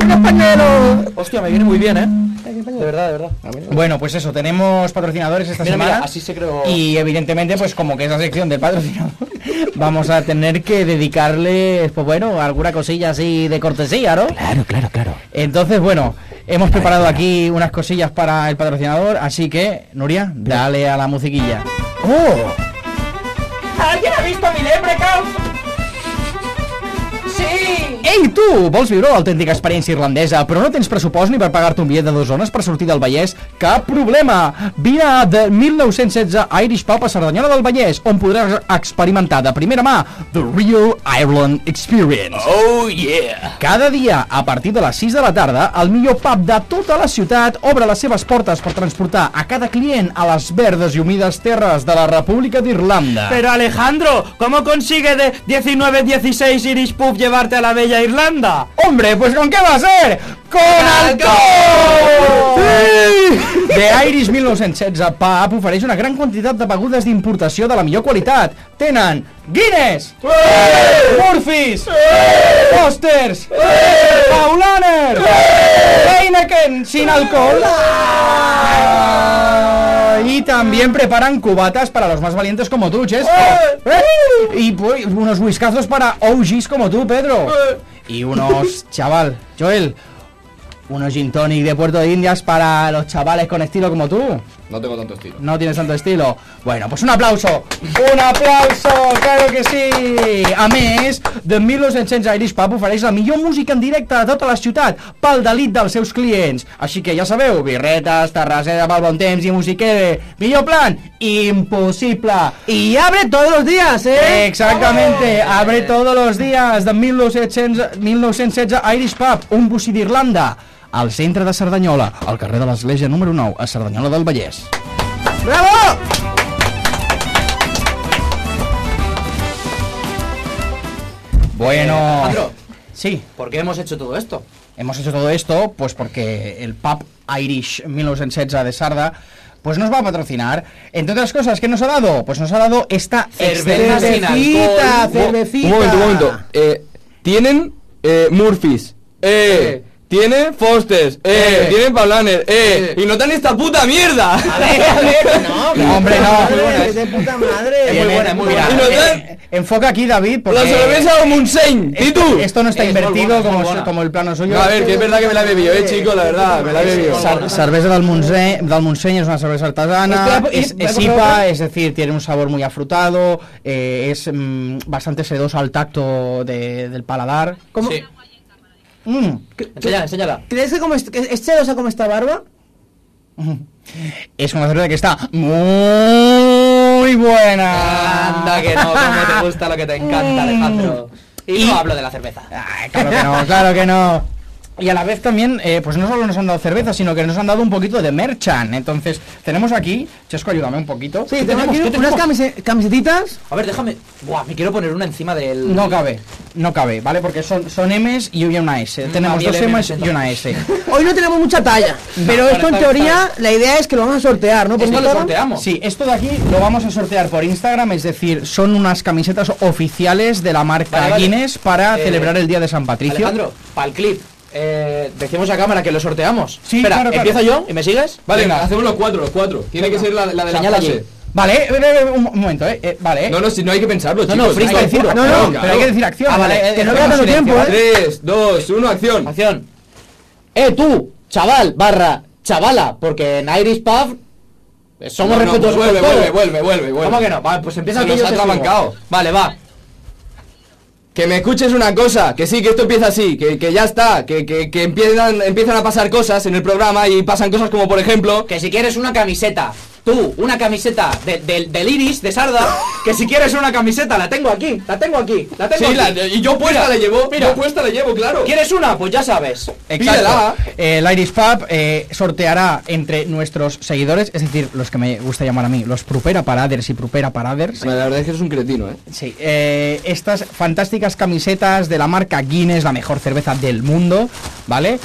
[SPEAKER 5] Unos pañuelos.
[SPEAKER 4] Hostia, me viene muy bien, eh. De verdad, de verdad.
[SPEAKER 3] Bueno, pues eso, tenemos patrocinadores esta
[SPEAKER 4] Mira, mira,
[SPEAKER 3] semana.
[SPEAKER 4] así se creó-
[SPEAKER 3] Y evidentemente, pues como que es la sección del patrocinador, [laughs] vamos a tener que dedicarles, pues bueno, alguna cosilla así de cortesía, ¿no?
[SPEAKER 5] Claro, claro, claro.
[SPEAKER 3] Entonces, bueno, Hemos preparado aquí unas cosillas para el patrocinador, así que, Nuria, dale a la musiquilla. ¡Oh!
[SPEAKER 7] ¿Alguien ha visto mi Lebrecaus? Sí!
[SPEAKER 3] Ei, tu! Vols viure l'autèntica experiència irlandesa, però no tens pressupost ni per pagar-te un bitllet de dues zones per sortir del Vallès? Cap problema! Vine a The 1916 Irish Pub a Cerdanyola del Vallès, on podràs experimentar de primera mà The Real Ireland Experience.
[SPEAKER 13] Oh, yeah.
[SPEAKER 3] Cada dia, a partir de les 6 de la tarda, el millor pub de tota la ciutat obre les seves portes per transportar a cada client a les verdes i humides terres de la República d'Irlanda.
[SPEAKER 13] Pero Alejandro, ¿cómo consigue de 19-16 Irish Pub llevarte a la bella Irlanda?
[SPEAKER 3] Hombre, pues ¿con qué va a ser? ¡Con alcohol! Sí! The Irish 1916 Pub ofereix una gran quantitat de begudes d'importació de la millor qualitat. Tenen Guinness, Murphys, Posters, Paulaner, Heineken sin alcohol y también preparan cubatas para los más valientes como tú, Chesco. ¿Eh? Y pues, unos whiskazos para OGs como tú, Pedro. Y unos, chaval, Joel, unos gin tonic de Puerto de Indias para los chavales con estilo como tú.
[SPEAKER 2] No tengo tanto estilo.
[SPEAKER 3] No tienes tanto estilo. Bueno, pues un aplauso. Un aplauso, claro que sí. A més, The 1900 Irish Pub ofereix la millor música en directe de tota la ciutat pel delit dels seus clients. Així que ja sabeu, birretes, terrasseta pel bon temps i musiquere. Millor plan? Impossible.
[SPEAKER 5] Y abre todos los días, ¿eh?
[SPEAKER 3] Exactamente, abre todos los días de 1916, 1916 Irish Pub, un bocí d'Irlanda, al centre de Cerdanyola, al carrer de l'Església número 9, a Cerdanyola del Vallès.
[SPEAKER 5] ¡Bravo!
[SPEAKER 3] Bueno,
[SPEAKER 4] Alejandro.
[SPEAKER 3] Sí.
[SPEAKER 4] ¿Por qué hemos hecho todo esto?
[SPEAKER 3] Hemos hecho todo esto pues porque el pub Irish 1916 de Sarda pues nos va a patrocinar. Entre otras cosas, ¿qué nos ha dado? Pues nos ha dado esta
[SPEAKER 4] Cerveza sin
[SPEAKER 3] cervecita,
[SPEAKER 4] alcohol.
[SPEAKER 3] cervecita.
[SPEAKER 2] Un momento, un momento. Eh, tienen eh, Murphys. Eh. Tienen Fosters. Eh.
[SPEAKER 3] Eh.
[SPEAKER 2] Tienen Paulaner. Eh. Y no tan esta puta mierda. [laughs]
[SPEAKER 5] no,
[SPEAKER 3] Hombre, no.
[SPEAKER 5] Madre, es de puta madre.
[SPEAKER 3] Tienen-
[SPEAKER 2] Y
[SPEAKER 3] Mira,
[SPEAKER 2] nos
[SPEAKER 3] eh,
[SPEAKER 2] dan
[SPEAKER 3] enfoca aquí, David, porque...
[SPEAKER 2] la cerveza o Munseny. ¿Y tú?
[SPEAKER 3] Eh. Esto no está invertido como, como el plano suyo.
[SPEAKER 2] No, a ver, que es verdad que me la he bebido, eh, chicos, la verdad, me la he bebido.
[SPEAKER 3] Sar- cerveza del Montseny, del Montseny es una cerveza
[SPEAKER 4] Pues
[SPEAKER 3] artesana,
[SPEAKER 5] Espera, y-
[SPEAKER 3] es,
[SPEAKER 5] voy a
[SPEAKER 3] es
[SPEAKER 5] comprar
[SPEAKER 3] IPA,
[SPEAKER 5] otra.
[SPEAKER 3] es decir, tiene un sabor muy afrutado, eh, es mm, bastante sedoso al tacto de- del paladar.
[SPEAKER 5] ¿Cómo?
[SPEAKER 4] Sí.
[SPEAKER 3] Mm.
[SPEAKER 4] Enséñala, enséñala.
[SPEAKER 5] ¿Crees que como es, que es celosa como esta barba?
[SPEAKER 3] Es una cerveza que está muy buena.
[SPEAKER 4] Anda que no, como te gusta lo que te encanta, Alejandro. Y no hablo de la cerveza.
[SPEAKER 3] Ay, claro que no, claro que no. Y a la vez también, eh, pues no solo nos han dado cerveza, sino que nos han dado un poquito de merchan. Entonces, tenemos aquí, Chesco, ayúdame un poquito.
[SPEAKER 5] Sí,
[SPEAKER 3] ¿Qué
[SPEAKER 5] tengo aquí
[SPEAKER 3] ¿Qué
[SPEAKER 5] unas camise- camisetitas.
[SPEAKER 4] A ver, déjame. Buah, me quiero poner una encima del.
[SPEAKER 3] No cabe, no cabe, ¿vale? Porque son, son M's y una S. Tenemos
[SPEAKER 4] había
[SPEAKER 3] dos
[SPEAKER 4] M's,
[SPEAKER 3] M's y una S.
[SPEAKER 5] Hoy no tenemos mucha talla, pero
[SPEAKER 4] vale,
[SPEAKER 5] esto en
[SPEAKER 4] está bien,
[SPEAKER 5] teoría, la idea es que lo vamos a sortear, ¿no? Por
[SPEAKER 4] [laughs] Esto lo
[SPEAKER 5] Instagram.
[SPEAKER 4] sorteamos.
[SPEAKER 3] Sí, esto de aquí lo vamos a sortear por Instagram, es decir, son unas camisetas oficiales de la marca
[SPEAKER 4] Vale, vale.
[SPEAKER 3] Guinness para
[SPEAKER 4] Eh,
[SPEAKER 3] celebrar el Día de San Patricio.
[SPEAKER 4] Alejandro, para el clip. Eh, decimos a cámara que lo sorteamos.
[SPEAKER 3] Sí,
[SPEAKER 4] Espera,
[SPEAKER 3] claro, claro.
[SPEAKER 4] empiezo yo y me sigues.
[SPEAKER 2] Vale,
[SPEAKER 3] Venga.
[SPEAKER 2] hacemos los cuatro, los cuatro. Tiene que ser la, la de la
[SPEAKER 4] Señala allí.
[SPEAKER 2] frase.
[SPEAKER 3] Vale, eh, eh, eh, un, un momento, eh, eh, vale. eh.
[SPEAKER 2] No, no, si no hay que pensarlo,
[SPEAKER 4] No,
[SPEAKER 2] chicos.
[SPEAKER 4] no,
[SPEAKER 3] Hay que
[SPEAKER 4] freestyle
[SPEAKER 3] decir-
[SPEAKER 4] puro.
[SPEAKER 3] no, no,
[SPEAKER 2] Venga,
[SPEAKER 3] pero hay que decir acción.
[SPEAKER 4] Ah, vale,
[SPEAKER 3] ¿vale?
[SPEAKER 4] que no
[SPEAKER 3] dejemos
[SPEAKER 4] queda tanto
[SPEAKER 3] silencio,
[SPEAKER 4] tiempo, ¿eh?
[SPEAKER 3] ¿vale?
[SPEAKER 2] Tres, dos, uno, acción.
[SPEAKER 4] Acción. Eh, tú, chaval, barra, chavala, porque en Irish Pub eh, somos
[SPEAKER 2] No, no,
[SPEAKER 4] respetuosos.
[SPEAKER 2] vuelve,
[SPEAKER 4] con todo.
[SPEAKER 2] vuelve, vuelve, vuelve, vuelve.
[SPEAKER 4] ¿Cómo que no? Vale, pues empieza
[SPEAKER 2] Se
[SPEAKER 4] aquí
[SPEAKER 2] nos
[SPEAKER 4] yo
[SPEAKER 2] ha
[SPEAKER 4] te
[SPEAKER 2] atrabancado.
[SPEAKER 4] sigo. Vale, va.
[SPEAKER 2] Que me escuches una cosa, que sí, que esto empieza así, que, que ya está, que, que, que empiezan, empiezan a pasar cosas en el programa y pasan cosas como, por ejemplo,
[SPEAKER 4] Que si quieres una camiseta, tú, una camiseta de- del- del Iris, de Sarda, que si quieres una camiseta, la tengo aquí, la tengo aquí, la tengo
[SPEAKER 2] Sí, la-
[SPEAKER 4] aquí.
[SPEAKER 2] y yo puesta la
[SPEAKER 4] Mira,
[SPEAKER 2] llevo,
[SPEAKER 4] mira.
[SPEAKER 2] yo puesta la llevo, claro.
[SPEAKER 4] ¿Quieres una? Pues ya sabes.
[SPEAKER 3] Exacto.
[SPEAKER 2] Pídela.
[SPEAKER 3] Eh, El Irish Pub eh, sorteará entre nuestros seguidores, es decir, los que me gusta llamar a mí, los Prupera Paraders y Prupera Paraders.
[SPEAKER 2] Bueno, La verdad es que eres un cretino, ¿eh?
[SPEAKER 3] Sí, eh, estas fantásticas camisetas de la marca Guinness, la mejor cerveza del mundo, ¿vale?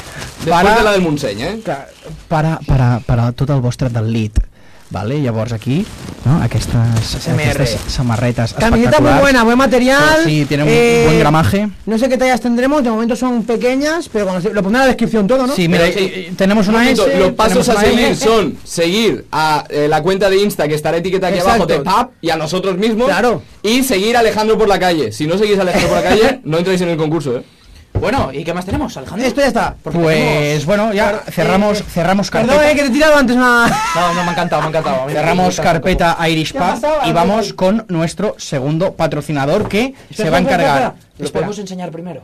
[SPEAKER 2] Después de la del Munseny, ¿eh?
[SPEAKER 3] Ca- para, para, para tot el vostre delit vale? llavors aquí no? aquestes, aquestes samarretes
[SPEAKER 5] Camiseta muy
[SPEAKER 3] espectaculars.
[SPEAKER 5] buena, buen material. eh,
[SPEAKER 3] sí, tiene un buen gramaje
[SPEAKER 5] No sé qué tallas tendremos, de momento son pequeñas, pero cuando se- lo pondré en la descripción todo, ¿no?
[SPEAKER 3] sí, mira,
[SPEAKER 2] Pero sí,
[SPEAKER 3] eh, tenemos
[SPEAKER 2] Un
[SPEAKER 3] una S
[SPEAKER 2] momento, los pasos
[SPEAKER 3] tenemos
[SPEAKER 2] a
[SPEAKER 3] una
[SPEAKER 2] seguir
[SPEAKER 3] M.
[SPEAKER 2] son seguir a eh, la cuenta de Insta que estará etiquetada aquí abajo de
[SPEAKER 5] Exacto.
[SPEAKER 2] PAP y a nosotros mismos.
[SPEAKER 5] Claro. [laughs]
[SPEAKER 2] Y seguir a Alejandro por la calle. Si no seguís a Alejandro por la calle, no entráis en el concurso, ¿eh?
[SPEAKER 4] Bueno, ¿y qué más tenemos, Alejandro?
[SPEAKER 5] Esto ya está.
[SPEAKER 3] Pues bueno, ya cerramos, cerramos carpeta.
[SPEAKER 5] Perdón, eh, que te he tirado antes una.
[SPEAKER 4] No, no, me ha encantado, me ha encantado. A mí me
[SPEAKER 3] Cerramos
[SPEAKER 4] gusta
[SPEAKER 3] carpeta Irish
[SPEAKER 5] ¿Qué ha
[SPEAKER 3] Pub
[SPEAKER 5] pasado,
[SPEAKER 3] y
[SPEAKER 5] Alberto?
[SPEAKER 3] vamos con nuestro segundo patrocinador que se
[SPEAKER 4] Espera,
[SPEAKER 3] va
[SPEAKER 4] espera,
[SPEAKER 3] a encargar.
[SPEAKER 4] espera, espera. ¿Los podemos enseñar primero?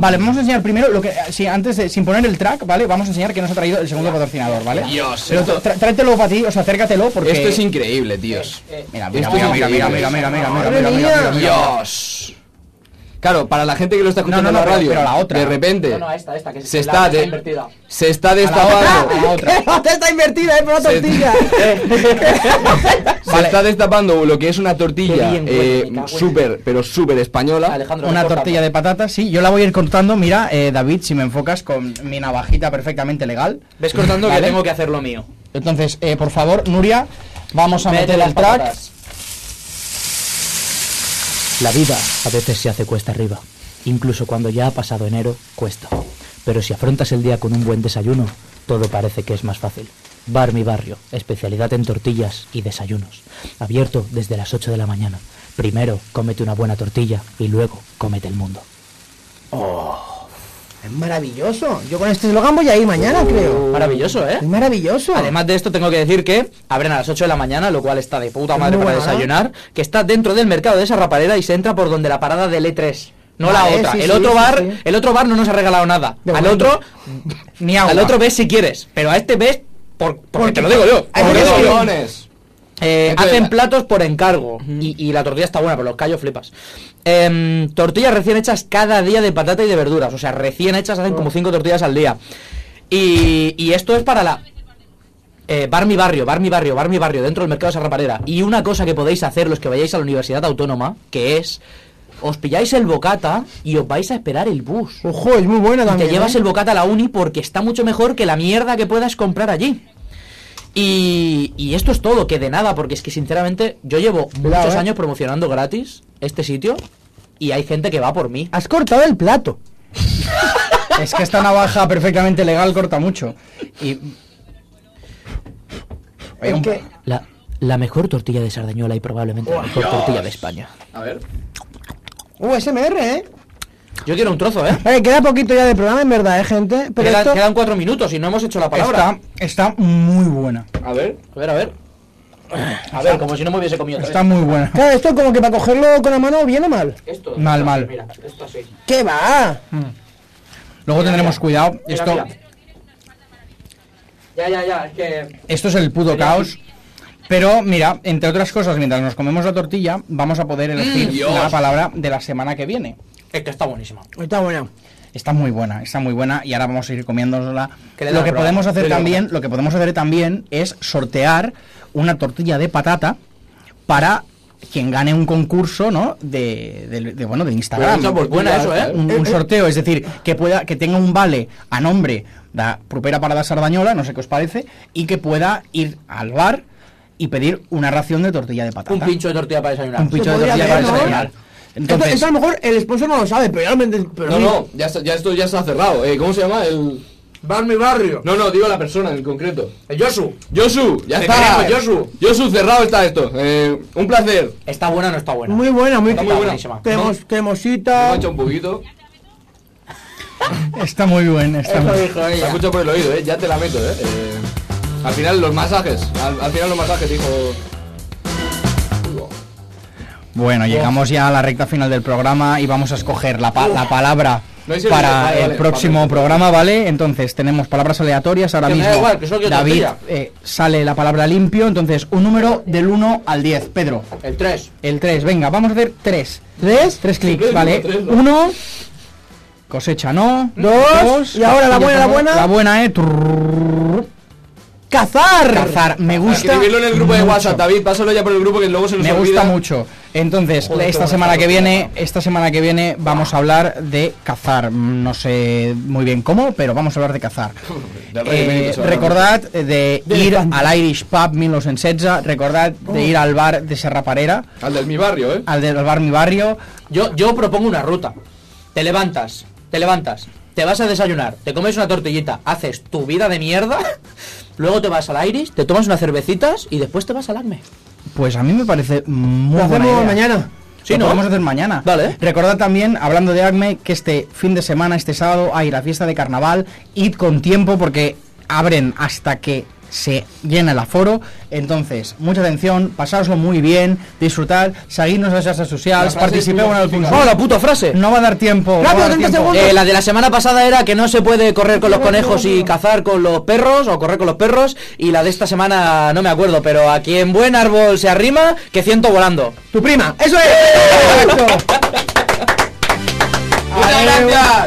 [SPEAKER 3] Vale, vamos a enseñar primero lo que. eh, sí, antes de, sin poner el track, ¿vale? Vamos a enseñar que nos ha traído el segundo patrocinador, ¿vale?
[SPEAKER 2] Dios,
[SPEAKER 3] Pero
[SPEAKER 2] esto-
[SPEAKER 3] tra- tráetelo para ti, o sea, acércatelo porque.
[SPEAKER 2] Esto es increíble, tíos.
[SPEAKER 3] Mira,
[SPEAKER 2] Esto
[SPEAKER 3] mira,
[SPEAKER 2] es
[SPEAKER 3] mira, mira, mira,
[SPEAKER 2] increíble.
[SPEAKER 3] mira, mira, mira, mira,
[SPEAKER 2] Madre
[SPEAKER 3] mira, mira,
[SPEAKER 2] mía.
[SPEAKER 3] mira, mira.
[SPEAKER 2] Dios. Claro, para la gente que lo está escuchando
[SPEAKER 3] No, no, no,
[SPEAKER 2] en la
[SPEAKER 3] pero-
[SPEAKER 2] radio,
[SPEAKER 3] pero la otra.
[SPEAKER 2] de repente
[SPEAKER 4] No, no, esta, esta, que
[SPEAKER 2] se
[SPEAKER 4] la-
[SPEAKER 2] está de-
[SPEAKER 4] invertida.
[SPEAKER 2] se está destapando,
[SPEAKER 5] Esta está invertida, eh, por la
[SPEAKER 2] Se-
[SPEAKER 5] tortilla.
[SPEAKER 2] [laughs] se está destapando lo que es una tortilla
[SPEAKER 3] Qué bien, güey,
[SPEAKER 2] eh, súper, pero súper española.
[SPEAKER 3] Una tortilla de patatas, sí. Yo la voy a ir cortando. Mira, eh, David, si me enfocas con mi navajita perfectamente legal.
[SPEAKER 4] ¿Ves cortando
[SPEAKER 3] Vale.
[SPEAKER 4] que tengo que hacer lo mío?
[SPEAKER 3] Entonces, eh, por favor, Nuria, vamos a meter el track.
[SPEAKER 14] La vida a veces se hace cuesta arriba, incluso cuando ya ha pasado enero, cuesta. Pero si afrontas el día con un buen desayuno, todo parece que es más fácil. Bar Mi Barrio, especialidad en tortillas y desayunos. Abierto desde las 8 de la mañana. Primero cómete una buena tortilla y luego cómete el mundo.
[SPEAKER 5] Oh, es maravilloso. Yo con este eslogan voy a ir mañana, creo.
[SPEAKER 4] Maravilloso, ¿eh?
[SPEAKER 5] Es maravilloso.
[SPEAKER 4] Además de esto, tengo que decir que abren a las 8 de la mañana, lo cual está de puta madre
[SPEAKER 5] Muy
[SPEAKER 4] para
[SPEAKER 5] buena.
[SPEAKER 4] desayunar, que está dentro del mercado de esa raparera y se entra por donde la parada del E3. No
[SPEAKER 5] Vale,
[SPEAKER 4] la otra.
[SPEAKER 5] sí, sí,
[SPEAKER 4] el otro
[SPEAKER 5] sí,
[SPEAKER 4] bar,
[SPEAKER 5] sí.
[SPEAKER 4] el otro bar no nos ha regalado nada.
[SPEAKER 5] De
[SPEAKER 4] al
[SPEAKER 5] momento.
[SPEAKER 4] otro ni agua. Al otro ves si quieres, pero a este ves por, porque, te lo digo yo.
[SPEAKER 2] Hay
[SPEAKER 4] Porque es que,
[SPEAKER 2] cojones.
[SPEAKER 4] eh,
[SPEAKER 2] Entonces-
[SPEAKER 4] hacen platos por encargo y, y la tortilla está buena, pero los callos flipas. Em, tortillas recién hechas cada día de patata y de verduras. O sea, recién hechas hacen como 5 tortillas al día. Y, y esto es para la. eh, bar mi barrio, bar mi barrio, bar mi barrio, dentro del mercado de Sarraparera. Y una cosa que podéis hacer los que vayáis a la Universidad Autónoma, que es. Os pilláis el bocata y os vais a esperar el bus.
[SPEAKER 5] Ojo, es muy buena
[SPEAKER 4] Te
[SPEAKER 5] también.
[SPEAKER 4] llevas
[SPEAKER 5] ¿eh?
[SPEAKER 4] el bocata a la uni porque está mucho mejor que la mierda que puedas comprar allí. Y, y esto es todo, que de nada, porque es que sinceramente yo llevo
[SPEAKER 5] Cuidado,
[SPEAKER 4] muchos
[SPEAKER 5] eh.
[SPEAKER 4] años promocionando gratis este sitio y hay gente que va por mí.
[SPEAKER 5] Has cortado el
[SPEAKER 4] [laughs]
[SPEAKER 5] plato.
[SPEAKER 3] Es que esta navaja perfectamente legal corta mucho. Y. Oye, un-
[SPEAKER 14] La, la mejor tortilla de Sardañola y probablemente la mejor tortilla de España.
[SPEAKER 2] A ver.
[SPEAKER 5] USMR, ¿eh?
[SPEAKER 4] Yo quiero un trozo, ¿eh?
[SPEAKER 5] Eh, queda poquito ya de programa, en verdad, ¿eh, gente? Pero
[SPEAKER 4] Quedan,
[SPEAKER 5] esto...
[SPEAKER 4] quedan cuatro minutos y no hemos hecho la palabra.
[SPEAKER 3] Está, está muy buena.
[SPEAKER 2] A ver.
[SPEAKER 4] A ver, a ver. A ver, como si no me hubiese comido. otra
[SPEAKER 3] Está
[SPEAKER 4] vez.
[SPEAKER 3] muy buena.
[SPEAKER 5] Claro, esto como que para cogerlo con la mano, ¿bien o mal?
[SPEAKER 4] Esto,
[SPEAKER 3] Mal,
[SPEAKER 4] esto,
[SPEAKER 3] mal.
[SPEAKER 4] Mira, esto así.
[SPEAKER 5] ¿Qué va?
[SPEAKER 3] Luego tendremos cuidado. Esto,
[SPEAKER 4] Ya, ya, ya, es que.
[SPEAKER 3] esto es el puto caos. Pero mira, entre otras cosas, mientras nos comemos la tortilla, vamos a poder elegir
[SPEAKER 4] Dios.
[SPEAKER 3] la palabra de la semana que viene.
[SPEAKER 4] Es que está buenísima.
[SPEAKER 5] Está bueno.
[SPEAKER 3] Está muy buena, está muy buena y ahora vamos a ir comiéndonosla.
[SPEAKER 4] Que le da
[SPEAKER 3] Lo que
[SPEAKER 4] broma,
[SPEAKER 3] podemos hacer
[SPEAKER 4] que le da
[SPEAKER 3] también, lo que podemos hacer también es sortear una tortilla de patata para quien gane un concurso, ¿no? De, de- de, bueno, de Instagram.
[SPEAKER 4] Buena, pues buena eso, ¿eh?
[SPEAKER 3] Un, un sorteo, es decir, que pueda, que tenga un vale a nombre de la propera parada sardañola, no sé qué os parece, y que pueda ir al bar y pedir una ración de tortilla de patata.
[SPEAKER 4] Un pincho de tortilla para desayunar.
[SPEAKER 3] Un pincho
[SPEAKER 5] Se
[SPEAKER 3] de
[SPEAKER 5] podría
[SPEAKER 3] tortilla para
[SPEAKER 5] hacer, ¿no?
[SPEAKER 3] desayunar. Entonces,
[SPEAKER 5] esto, esto a lo mejor el sponsor no lo sabe, pero ya lo men- pero
[SPEAKER 2] No,
[SPEAKER 5] sí.
[SPEAKER 2] no, ya, está- ya esto ya está cerrado. Eh, ¿Cómo se llama? El
[SPEAKER 13] Bar mi barrio.
[SPEAKER 2] No, no, digo la persona en concreto.
[SPEAKER 13] El Yosu.
[SPEAKER 2] Yosu, ya
[SPEAKER 13] Te
[SPEAKER 2] está.
[SPEAKER 13] queremos, Yosu.
[SPEAKER 2] Yosu, cerrado está esto. Eh, un placer.
[SPEAKER 4] ¿Está buena o no está buena?
[SPEAKER 5] Muy buena, muy,
[SPEAKER 4] Está muy buenísima.
[SPEAKER 5] Cremos,
[SPEAKER 2] Me
[SPEAKER 5] cremosita.
[SPEAKER 2] mancha un poquito.
[SPEAKER 3] está muy bien, está muy bien.
[SPEAKER 2] Se escucha por el oído, eh. Ya te la meto, eh. Eh, al final los masajes. Al, al final los masajes, dijo.
[SPEAKER 3] Bueno, llegamos ya a la recta final del programa y vamos a escoger la, pa- la palabra
[SPEAKER 2] No hay servicio.
[SPEAKER 3] para
[SPEAKER 2] Vale,
[SPEAKER 3] el
[SPEAKER 2] vale,
[SPEAKER 3] próximo
[SPEAKER 2] vale.
[SPEAKER 3] programa, ¿vale? Entonces tenemos palabras aleatorias ahora
[SPEAKER 4] Que me da
[SPEAKER 3] mismo.
[SPEAKER 4] igual, que solo quiero
[SPEAKER 3] David
[SPEAKER 4] tortilla.
[SPEAKER 3] eh, sale la palabra limpio, entonces un número del 1 al 10. Pedro,
[SPEAKER 4] El 3.
[SPEAKER 3] el 3, venga, vamos a hacer 3. ¿3? 3 clics,
[SPEAKER 2] Sí,
[SPEAKER 3] vale.
[SPEAKER 2] tres, no.
[SPEAKER 3] 1, cosecha no.
[SPEAKER 5] Dos, y ahora la buena, la buena.
[SPEAKER 3] La buena, eh. Trrrrrrr.
[SPEAKER 5] ¡Cazar!
[SPEAKER 3] Cazar, me gusta.
[SPEAKER 2] Escribirlo en el grupo de
[SPEAKER 3] mucho.
[SPEAKER 2] WhatsApp, David. Pásalo ya por el grupo que luego se nos
[SPEAKER 3] Me
[SPEAKER 2] olvida.
[SPEAKER 3] gusta mucho. Entonces,
[SPEAKER 4] Joder,
[SPEAKER 3] esta
[SPEAKER 4] qué
[SPEAKER 3] semana
[SPEAKER 4] buena
[SPEAKER 3] que
[SPEAKER 4] tortilla,
[SPEAKER 3] viene, esta semana que viene vamos a hablar de cazar. No sé muy bien cómo, pero vamos a hablar de cazar.
[SPEAKER 2] Del rey
[SPEAKER 3] Eh,
[SPEAKER 2] emérito, seguramente.
[SPEAKER 3] recordad eh, de ir al Irish Pub 1916, recordad de ir al bar de Serraparera,
[SPEAKER 2] Al del mi barrio, eh.
[SPEAKER 3] al del bar Mi Barrio.
[SPEAKER 4] Yo, yo propongo una ruta. Te levantas, te levantas, te vas a desayunar, te comes una tortillita, haces tu vida de mierda, [laughs] luego te vas al Iris, te tomas unas cervecitas y después te vas al Acme.
[SPEAKER 3] Pues a mí me parece muy
[SPEAKER 5] Lo
[SPEAKER 3] buena
[SPEAKER 5] hacemos
[SPEAKER 3] idea.
[SPEAKER 5] mañana.
[SPEAKER 4] O
[SPEAKER 3] Sí,
[SPEAKER 4] ¿no?
[SPEAKER 3] Lo vamos a hacer mañana.
[SPEAKER 4] Vale.
[SPEAKER 3] Recordad también, hablando de ACME, que este fin de semana, este sábado, hay la fiesta de carnaval. Id con tiempo porque abren hasta que se llena el aforo. Entonces, mucha atención, pasároslo muy bien, disfrutad, seguidnos en las redes sociales,
[SPEAKER 4] La frase
[SPEAKER 3] participad
[SPEAKER 4] estuvo
[SPEAKER 3] en el
[SPEAKER 4] justificada. ¡Oh, la puta frase!
[SPEAKER 3] No va a dar tiempo. no va a dar tiempo.
[SPEAKER 4] Eh, la de la semana pasada era que no se puede correr con los conejos y cazar con los perros o correr con los perros. Y la de esta semana no me acuerdo, pero a quien buen árbol se arrima, que ciento volando. [laughs]
[SPEAKER 5] ¡Tu prima! ¡Eso es!
[SPEAKER 4] ¡Muchas gracias!